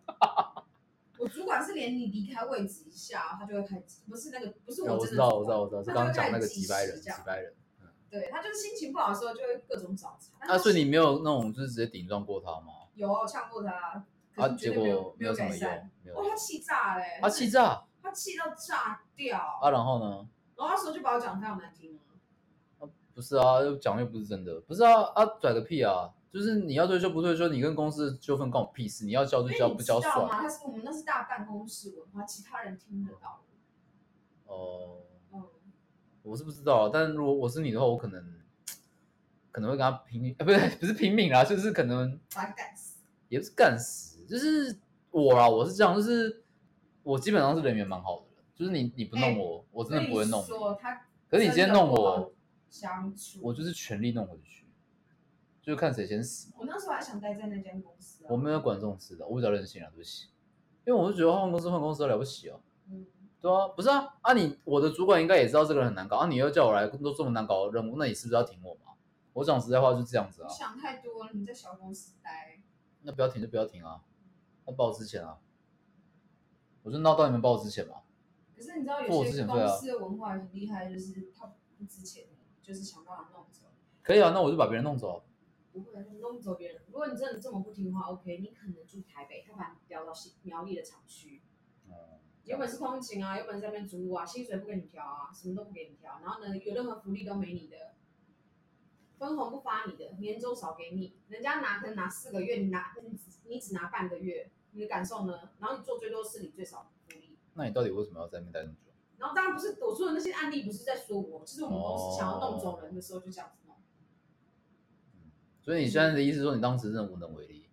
S1: 我主管是连你离开位置一下，他就会开机，不是那个，不是
S2: 哎我
S1: 我
S2: 知
S1: 真的主管、
S2: 道，我知道，我知道，是
S1: 他
S2: 刚
S1: 就
S2: 刚
S1: 会
S2: 讲
S1: 开
S2: 那
S1: 始
S2: 个
S1: 及
S2: 几百
S1: 时
S2: 人，几
S1: 这样啊
S2: 百人。
S1: 对他就是心情不好的时候就会各种找茬。
S2: 啊，
S1: 但
S2: 所
S1: 是
S2: 以你没有那种就是直接顶撞过他吗？
S1: 有呛过他，可
S2: 啊，
S1: 是
S2: 结
S1: 绝对没有
S2: 果
S1: 没
S2: 有什
S1: 改
S2: 么
S1: 善。
S2: 用，没有
S1: 哇，他
S2: 用。
S1: 气炸嘞、
S2: 啊，气炸
S1: 他气到炸掉，
S2: 啊，然后呢？
S1: 然后那时候就把我讲得非常难听了。
S2: 不是啊，又讲又不是真的，不是啊啊，拽个屁啊！就是你要退休不退休，你跟公司的纠纷关我屁事，你要交就
S1: 因
S2: 交，
S1: 为你
S2: 不
S1: 知道
S2: 交算
S1: 吗？
S2: 了。
S1: 他是我们那是大办公室文化，其他人听得到。
S2: 哦、
S1: 嗯，
S2: 我是不知道，但如果我是你的话，我可能可能会跟他拼命，啊、不是不 是拼命啦，就是可能
S1: 把他干死。
S2: 也不是干死，就是我啦，我是这样，就是我基本上是人缘蛮好的人，就是你你不弄我，我真的不会弄
S1: 哎所以说
S2: 你。
S1: 他，
S2: 可是你今天弄我，，
S1: 相处。
S2: 我就是全力弄回去，就是看谁先死。
S1: 我那时候还想待在那间公司、啊。
S2: 我没有管这种事的，我比较任性啊，对不起。因为我就觉得换公司换公司了不起哦、
S1: 嗯，
S2: 对啊，不是啊，啊你我的主管应该也知道这个人很难搞啊，你又叫我来做这么难搞的任务，那你是不是要挺我嘛？我讲实在话就这样子啊
S1: 你，想太多了，你在小公司待，
S2: 那不要停就不要停啊，那报之前啊，我就闹到你们报之前嘛。
S1: 可是你知道
S2: 做
S1: 有
S2: 我之
S1: 些
S2: 前对啊
S1: 公司的文化很厉害，就是他不值钱，就是想办法弄走。
S2: 可以啊，那我就把别人弄走。
S1: 不会，你弄不走别人。如果你真的这么不听话，OK，你可能住台北，他把你调到新苗栗的厂区，
S2: 哦
S1: 有本事通勤啊，有本事在那边租屋啊，薪水不给你调啊，什么都不给你调，然后呢，有任何福利都没你的，分红不发你的，年终少给你，人家拿可能拿四个月，你拿你只你只拿半个月，你的感受呢？然后你做最多事，你最少福利。
S2: 那你到底为什么要在那边待那么久？
S1: 然后当然不是我说的那些案例，不是在说我，就是我们公司想要弄
S2: 哦
S1: 走人的时候就这样子弄。
S2: 所以你现在的意思是说，你当时真的无能为力，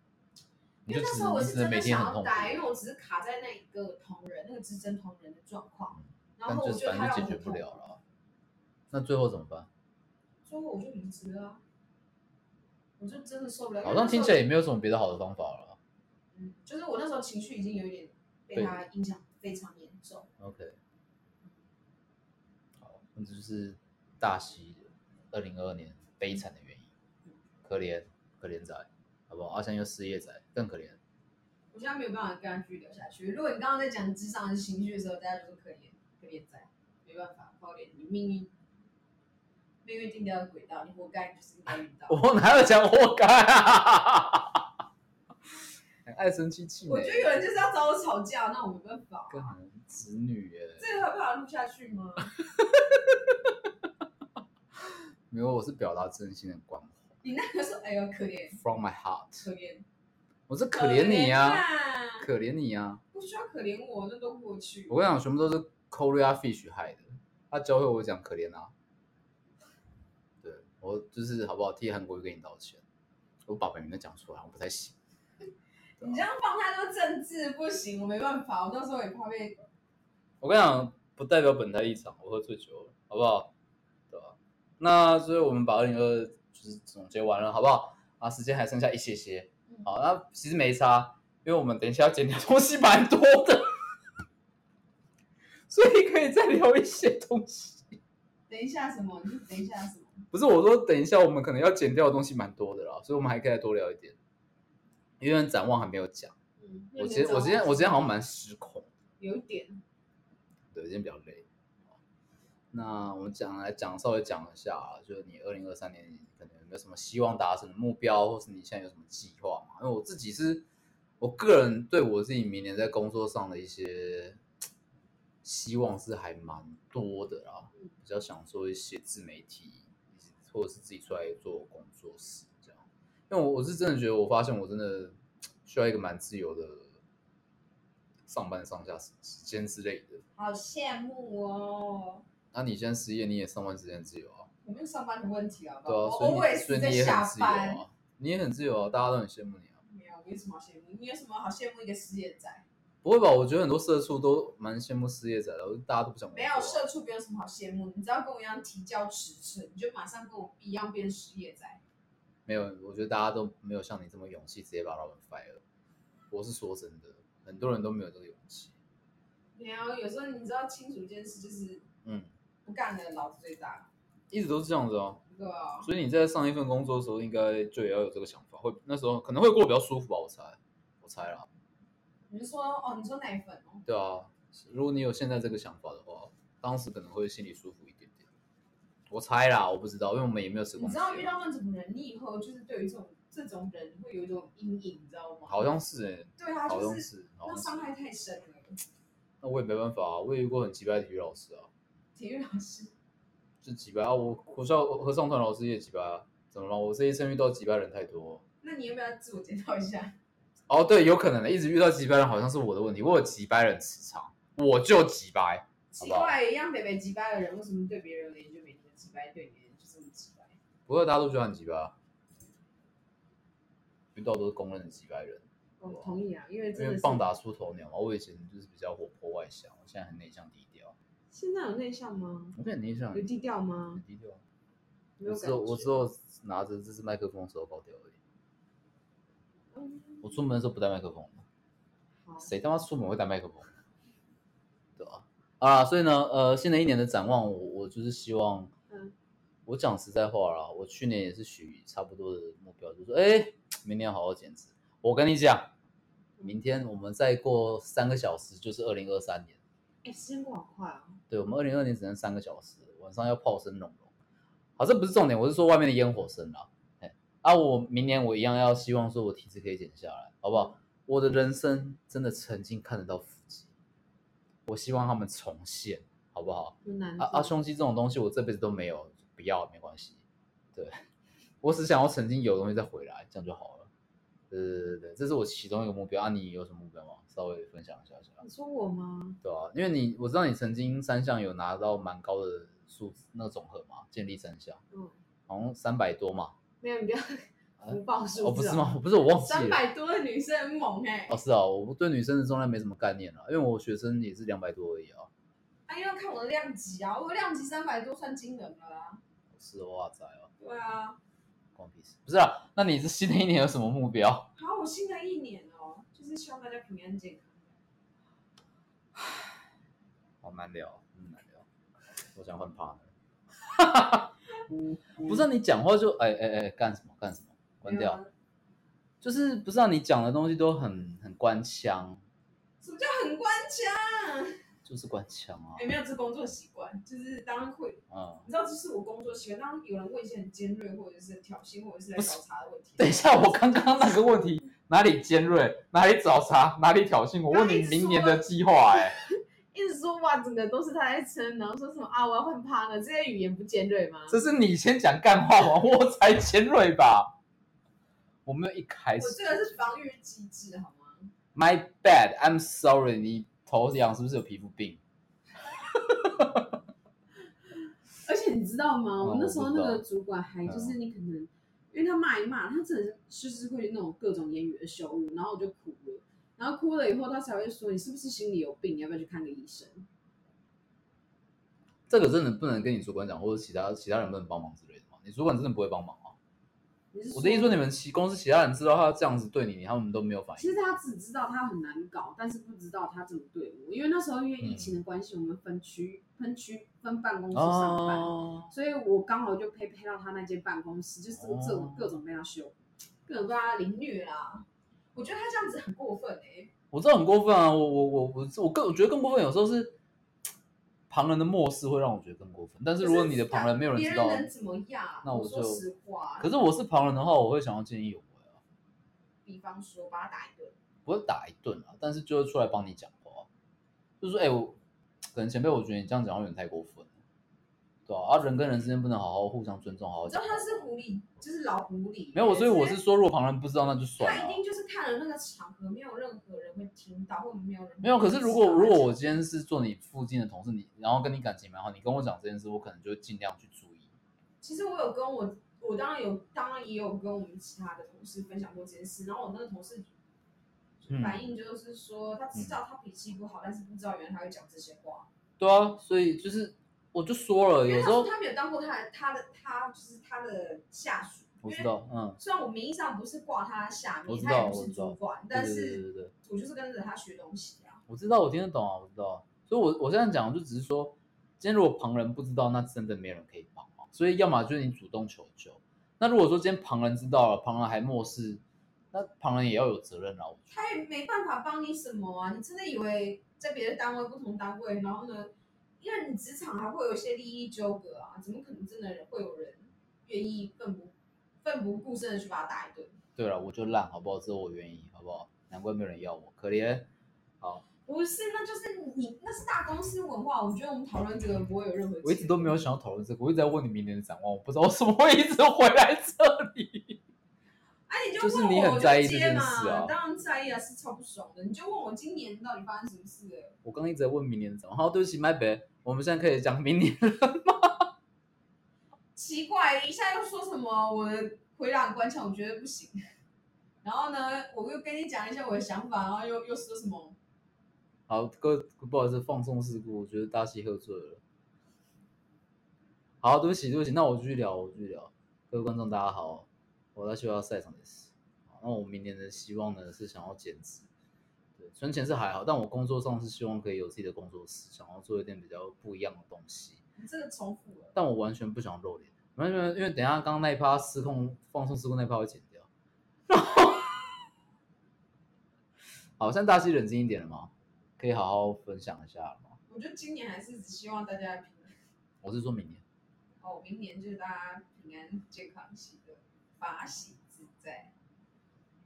S2: 你
S1: 因
S2: 就
S1: 为那
S2: 只
S1: 时候我
S2: 你
S1: 是
S2: 只能
S1: 真
S2: 每
S1: 的
S2: 天
S1: 想
S2: 很
S1: 要
S2: 痛苦。
S1: 待，因为我只是卡在那一个同仁那个资深同仁的状况，然
S2: 嗯但
S1: 后
S2: 就
S1: 我
S2: 是
S1: 觉得
S2: 反
S1: 他让
S2: 正解
S1: 我
S2: 决
S1: 很
S2: 不
S1: 痛苦
S2: 了，了。那最后怎么办？
S1: 所以我就离职了啊，我就真的受不了。
S2: 好像听起来
S1: 因为
S2: 也没有什么别的好的方法了。
S1: 那时候，嗯，就是我那时候情绪已经有一点被他影响非常严重。
S2: OK，好，那这就是大西二零二二年悲惨的原因，可怜可怜仔，好不好？阿、啊、香又失业仔，更可怜。
S1: 我现在没有办法跟他继续聊下去。如果你刚刚在讲职场的情绪的时候，大家就说可怜可怜仔，没办法，抱脸，你命运命运定掉的轨道，你活该，你就是应该遇到。
S2: 我哪有讲活该啊？ 很爱生气气馁，
S1: 我觉得有人就是要找我吵架，那我没办法啊、
S2: 跟很子女耶。
S1: 这个还有办法录下去吗？
S2: 没有，我是表达真心的关怀
S1: 你那个时候，哎呦，可怜，
S2: ，from my heart，
S1: 可怜，
S2: 我是可怜你呀、啊，
S1: 啊！
S2: 可怜你呀、啊！
S1: 不需要可怜我，那都过去。
S2: 我跟你讲，全部都是 Korea Fish 害的，他教会我讲可怜啊。对我就是好不好替韩国瑜跟你道歉，我把本名都讲出来，我不太行。
S1: 你这样放太多政治不行，我没办法，我那时候也怕被。
S2: 我跟你讲，不代表本台立场，我喝醉酒了，好不好？对吧、那所以我们把二零二就是总结完了，好不好？啊，时间还剩下一些些，好，那其实没差，因为我们等一下要剪掉东西蛮多的， 所以可以再聊一些东西。
S1: 等一下什么？你就等一下什么？
S2: 不是我说，等一下我们可能要剪掉的东西蛮多的啦，所以我们还可以再多聊一点。因为展望还没有讲，
S1: 嗯，
S2: 我今天我今天我今天好像蛮失控。
S1: 有一点，
S2: 对，今天比较累。哦那我们讲来讲，稍微讲一下啊，就是你二零二三年可能有没有什么希望达成的目标，或是你现在有什么计划嘛？因为我自己是，我个人对我自己明年在工作上的一些希望是还蛮多的啦，比较想做一些自媒体，或者是自己出来做工作室这样。因为我我是真的觉得，我发现我真的需要一个蛮自由的上班上下时时间之类的。
S1: 好羡慕哦。
S2: 那、你现在失业，你也上班时间自由啊，
S1: 我没有上班的问题，好不
S2: 对
S1: 好？
S2: 啊，
S1: 哦我
S2: 所以
S1: 偶
S2: 你
S1: 尔
S2: 所以
S1: 是
S2: 你
S1: 在
S2: 也
S1: 下
S2: 很自由
S1: 班。
S2: 啊，你也很自由啊，大家都很羡慕你啊。
S1: 没有，我有什么好羡慕？你有什么好羡慕一个失业仔？
S2: 不会吧？我觉得很多社畜都蛮羡慕失业者的，大家都不想工
S1: 没
S2: 作
S1: 有
S2: 啊
S1: 社畜，没有什么好羡慕。你只要跟我一样提交辞呈，你就马上跟我一样变失业仔。
S2: 没有，我觉得大家都没有像你这么勇气直接把老板 fire。我是说真的，很多人都没有这个勇气。
S1: 没有，有时候你知道清楚一件事，就是
S2: 嗯，
S1: 不干了，老子最大。
S2: 一直都是这样子啊。
S3: 对啊，
S2: 所以你在上一份工作的时候，应该就也要有这个想法，会那时候可能会过得比较舒服吧，我猜，我猜啦。
S3: 你是说哦，你说奶粉哦，
S2: 对啊，如果你有现在这个想法的话，当时可能会心里舒服一点点。我猜啦，我不知道，因为我们也没有吃
S3: 你
S2: 过。
S3: 知道遇到那种人，你以后就是对于这种这种人会有一种阴影，你知道吗？
S2: 好像是哎、
S3: 对啊，
S2: 好
S3: 就
S2: 像
S3: 是
S2: 是，好
S3: 那
S2: 像
S3: 伤
S2: 是。
S3: 害太深了。
S2: 那我也没办法啊，我也遇过很奇葩的体育老师啊，
S3: 体育老师，
S2: 就奇葩啊。我我校合唱团老师也奇葩、啊，怎么了？我这一生遇到奇葩人太多。
S3: 那你要不要自我介绍一下？
S2: 哦，对，有可能的，一直遇到奇葩人好像是我的问题，我有奇葩人磁场，我就奇葩。
S3: 奇
S2: 不好
S3: 怪，一样北北击败的人，为什么对别人而言就没那么击败，对你而言就这么击败？
S2: 不过大家都觉得很奇葩，遇到都是公认的奇葩人。
S1: 我同意啊，因为
S2: 因
S1: 真的
S2: 为
S1: 是
S2: 棒打出头鸟嘛，我以前就是比较活泼外向，我现在很内向低调。
S1: 现在有内向吗？
S2: 我很内向
S1: 有，低调吗
S2: 很？低调。
S1: 没
S2: 我
S1: 有
S2: 只
S1: 感觉。
S2: 嗯有我只有拿着这支麦克风的时候高调而已。
S1: 嗯
S2: 我出门的时候不带麦克风的，
S3: 哦
S1: 好，
S2: 谁他妈出门会带麦克风？对吧、啊？所以呢，呃，新的一年的展望，我我就是希望，
S1: 嗯
S2: 我讲实在话啦，我去年也是许差不多的目标，就是说，哎，明年好好减脂。我跟你讲，明天我们再过三个小时就是二零二三年。
S1: 哎，时间过好
S3: 哦
S1: 快啊！
S2: 对，我们二零二年只能三个小时，晚上要炮声隆隆。好，这不是重点，我是说外面的烟火声啦。哎，啊，我明年我一样要希望说我体脂可以减下来，好不好？我的人生真的曾经看得到腹肌，我希望他们重现，好不好？
S1: 很难
S2: 啊
S1: 做
S2: 啊，胸肌这种东西我这辈子都没有，不要没关系。对，我只想要曾经有的东西再回来，这样就好了。对对对对，这是我其中一个目标啊，你有什么目标吗？稍微分享一下下。
S1: 你说我吗？
S2: 对啊，因为你我知道你曾经三项有拿到蛮高的数字，那个总和嘛，建立三项
S1: 嗯，
S2: 好像三百多嘛，
S1: 没有，你不要不报数字
S2: 哦不是吗？？ 不是我忘记
S3: 啊三
S2: 了，
S3: 百多的女生很猛哎、
S2: 哦是啊，我对女生的重量没什么概念啊了，因为我学生也是两百多而已啊，
S3: 哎呀，看我的量级啊，我量级三百多算惊人了啦。
S2: 是哦哇塞啊，
S3: 对啊，
S2: 关我屁事，不是啊，那你是新的一年有什么目标？
S3: 好，我新的一年哦，就是希望大家平安健康。
S2: 好难聊，嗯难聊，我想换 partner，不是、啊、你讲话就哎哎哎干什么干什么，关
S3: 没有
S2: 掉
S3: 啊，。
S2: 就是不是啊，你讲的东西都很很官腔，
S3: 什么叫很关腔？
S2: 就是官腔啊
S3: 也、，没有这工作习惯，就是当会，
S2: 嗯。
S3: 你知道这是我工作习惯。当有人问一些很尖锐或者是很挑衅或者是来找茬的问题，
S2: 等一下，我刚刚那个问题哪里尖锐，哪里找茬，哪里挑衅？我问你明年的计划、哎，
S1: 一直说哇，整个都是他在撑，然后说什么啊，我要换趴了，这些语言不尖锐吗？
S2: 这是你先讲干话吗？我才尖锐吧？我没有一开始
S3: 我这个是防御机制好吗？
S2: ，My bad，I'm sorry，你头痒是不是有皮肤病？
S1: 而且你知道吗？
S2: 哦
S1: 我那时候那个
S2: 我知道嗯
S1: 主管还就是你可能，因为他骂一骂，他真的是就是会那种各种言语的羞辱，然后我就哭了，然后哭了以后他才会说你是不是心里有病，你要不要去看个医生？
S2: 这个真的不能跟你主管讲，或者其他其他人不能帮忙之类的吗？你主管真的不会帮忙啊？
S1: 你是
S2: 我的意思说，你们其公司其他人知道他这样子对你，他们都没有反
S1: 其
S2: 应
S1: 实。他只知道他很难搞，但是不知道他怎么对我，因为那时候因为疫情
S2: 嗯
S1: 的关系，我们分区分区分办公室上班，
S2: 哦，
S1: 所以我刚好就陪陪到他那间办公室，就是这个这种
S2: 哦
S1: 各种被他羞，
S3: 各种被他凌虐啦。我觉得他这样子很过分哎、
S2: 我知道很过分啊，我我我我我更我觉得更过分，有时候是旁人的漠视会让我觉得更过分。但是如果你的旁人没有
S3: 啊
S2: 人
S3: 别
S2: 知
S3: 人
S2: 道，
S3: 能啊怎么样？
S2: 那我
S3: 说
S2: 就
S3: 实话，
S2: 可是我是旁人的话，我会想要见义勇为啊，
S3: 比方说把他打一顿，
S2: 不会打一顿啊，但是就会出来帮你讲话，就是说，哎、我可能前辈，我觉得你这样讲话有点太过分了，对啊，啊，人跟人之间不能好好互相尊重，好好
S3: 你知道
S2: 讲话。
S3: 他是狐狸，就是老狐狸。欸
S2: 没有，所以我
S3: 就是
S2: 说，如果旁人不知道，那就算了
S3: 他
S2: 啊、
S3: 一定就是看了那个场合，没有任何人会听到，或者没有人会
S2: 没有，可是如果
S3: 知道
S2: 如果我今天是做你附近的同事，你然后跟你感情蛮好，你跟我讲这件事，我可能就会尽量去注意。
S3: 其实我有跟我我当然有，当然也有跟我们其他的同事分享过这件事，然后我那个同事
S2: 嗯
S3: 反应就是说，他知道他脾气不好，但是不知道原来他会讲这些话，
S2: 对啊，所以就是我就说了，
S3: 因
S2: 有
S3: 为
S2: 时
S3: 他说
S2: 候
S3: 他没有当过他的他的他就是他的下属，
S2: 我知。道，嗯，
S3: 虽然我名义上不是挂他下
S2: 我
S3: 面，
S2: 知
S3: 他
S2: 道
S3: 也不是主管，
S2: 对
S3: 但
S2: 对对
S3: 是
S2: 对对，
S3: 我就是跟着他学东西啊。
S2: 我知道，我听得懂啊，我知道。所以我，我现在讲，就只是说，今天如果旁人不知道，那真的没人可以帮忙。所以要么就是你主动求救。那如果说今天旁人知道了，旁人还漠视，那旁人也要有责任啊。我觉得
S1: 他也没办法帮你什么啊！你真的以为在别的单位、不同单位，然后呢，因为你职场还会有一些利益纠葛啊，怎么可能真的会有人愿意奋不奋不顾身的去把他打一顿？
S2: 对了，我就烂，好不好？这我愿意，好不好？难怪没有人要我，可怜。好，
S1: 不是，那就是你，那是大公司文化。我觉得我们讨论这个不会有任何。
S2: 我一直都没有想要讨论这个，我一直在问你明年的展望，我不知道为什么会一直回来这里。
S1: 哎、你
S2: 就是
S1: 问
S2: 你
S1: 我，
S2: 很
S1: 我
S2: 在意
S1: 就
S2: 这
S1: 接
S2: 件
S1: 嘛，
S2: 事啊
S1: 当然在意啊，是超不爽的。你就问我今年到底发生什么事了？
S2: 我刚刚一直在问明年的展望。好，对不起，麦北，我们现在可以讲明年
S1: 奇怪，一下又说什么我的回档关卡，我觉得不行。 然后呢，我又跟你讲一下我的想法，然后又又说什么？
S2: 好，各位不好意思，放送事故，我觉得大西喝醉了。好，对不起，对不起，那我继续聊，我继续聊。各位观众，大家好，我在学校赛场的事。好，那我明年的希望呢是想要兼职，对，存钱是还好，但我工作上是希望可以有自己的工作室，想要做一点比较不一样的东西。
S1: 你这个重复了。
S2: 但我完全不想露脸，完全因为等一下刚刚那一趴失控放松失控那一趴会剪掉。然后，好，现在大西冷静一点了吗？可以好好分享一下了吗？
S1: 我觉得今年还是只希望大家平安
S2: 我是说明年，
S1: 哦，明年就是大家平安健康喜乐，法喜自在。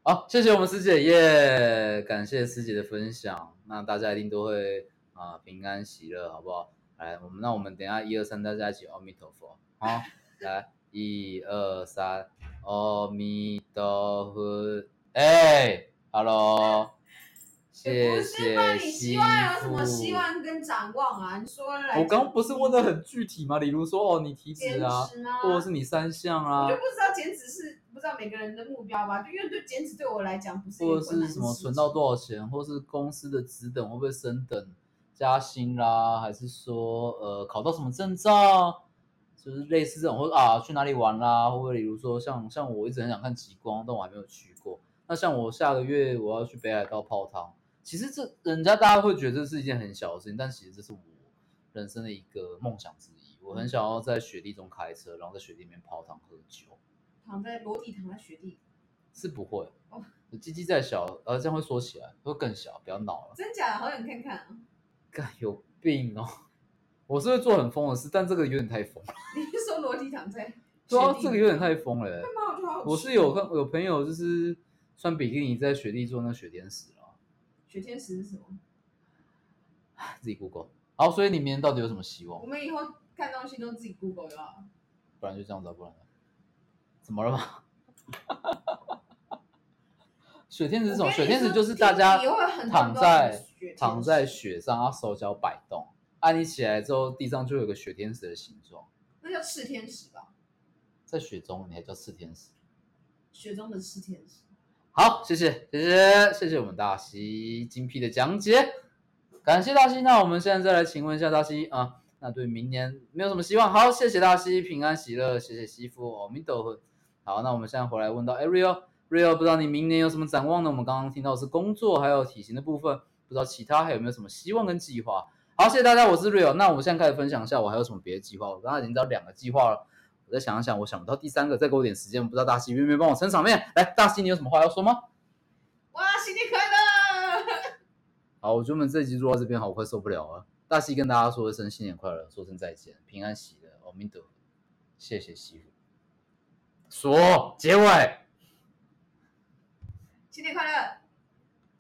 S2: 好，谢谢我们师姐耶感谢师姐的分享，那大家一定都会啊、平安喜乐，好不好？来，我们那我们等一下一二三，大家一起阿弥陀佛，好，来一二三，阿弥陀佛，哎、h e l l o
S1: 也不
S2: 谢
S1: 是吧？
S2: 谢
S1: 你
S2: 西
S1: 希
S2: 父。
S1: 望有什么希望跟展望啊？你说来，
S2: 我刚不是问的很具体吗？例如说哦，你体
S1: 坚
S2: 脂啊，
S1: 持吗？
S2: 或者是你三项
S1: 我
S2: 啊
S1: 就，不知道减脂是不知道每个人的目标吧，就因为对减脂对我来讲不是一
S2: 或
S1: 个
S2: 者
S1: 困难
S2: 是
S1: 的
S2: 什么
S1: 事
S2: 存
S1: 情
S2: 到多少钱，或是公司的职等会不会升等、加薪啦，还是说呃考到什么证照，就是类似这种，或者啊去哪里玩啦，或者例如说像像我一直很想看极光，但我还没有去过。那像我下个月我要去北海道泡汤，其实这人家大家会觉得这是一件很小的事情，但其实这是我人生的一个梦想之一。我很想要在雪地中开车，然后在雪地里面泡汤喝酒，
S1: 躺在裸体躺在雪地，
S2: 是不会
S1: 哦。
S2: 鸡鸡再小，呃，这样会缩起来，会更小，不要闹了。
S1: 真假的好想看看啊！
S2: 干有病哦！我是会做很疯的事，但这个有点太疯了。
S1: 你是说裸体躺在雪地？
S2: 对啊，这个有点太疯了欸、
S1: 干嘛？我就好哦好奇
S2: 我是有看有朋友就是穿比基尼在雪地做那雪天使啊，
S1: 雪天使是什么？
S2: 自己 Google。好，所以你明年到底有什么希望
S1: 我？们以后看东西都自己 Google 就好了。
S2: 不然就这样子、啊，不然呢怎么了吗？ 雪天使是什么？
S1: 我跟
S2: 雪
S1: 你
S2: 天使
S1: 说
S2: 就是
S1: 听
S2: 大家
S1: 你会很
S2: 躺
S1: 多
S2: 在
S1: 雪天
S2: 躺在
S1: 使
S2: 雪上，然后手脚摆动。啊，你起来之后，地上就有个雪天使的形状，
S1: 那叫赤天使吧？
S2: 在雪中你还叫赤天使。
S1: 雪中的赤天使。
S2: 好，谢谢，谢谢，谢谢我们大西精辟的讲解，感谢大西。那我们现在再来请问一下大西啊，那对明年没有什么希望。好，谢谢大西，平安喜乐，谢谢西夫，阿弥陀佛。好，那我们现在回来问到 Ariel，Ariel，不知道你明年有什么展望呢？我们刚刚听到的是工作还有体型的部分，不知道其他还有没有什么希望跟计划。好，谢谢大家，我是 Rio。那我们现在开始分享一下我还有什么别的计划。我刚刚已经知道两个计划了，我再想一想，我想不到第三个，再给我点时间。不知道大西愿不愿意帮我撑场面？来，大西，你有什么话要说吗？
S1: 哇，新年快乐！
S2: 好，我觉得我们这集录到这边，好，我快受不了了。大西跟大家说一声新年快乐，说声再见，平安喜乐，阿弥陀佛，谢谢西服。说结尾。
S1: 新年快乐！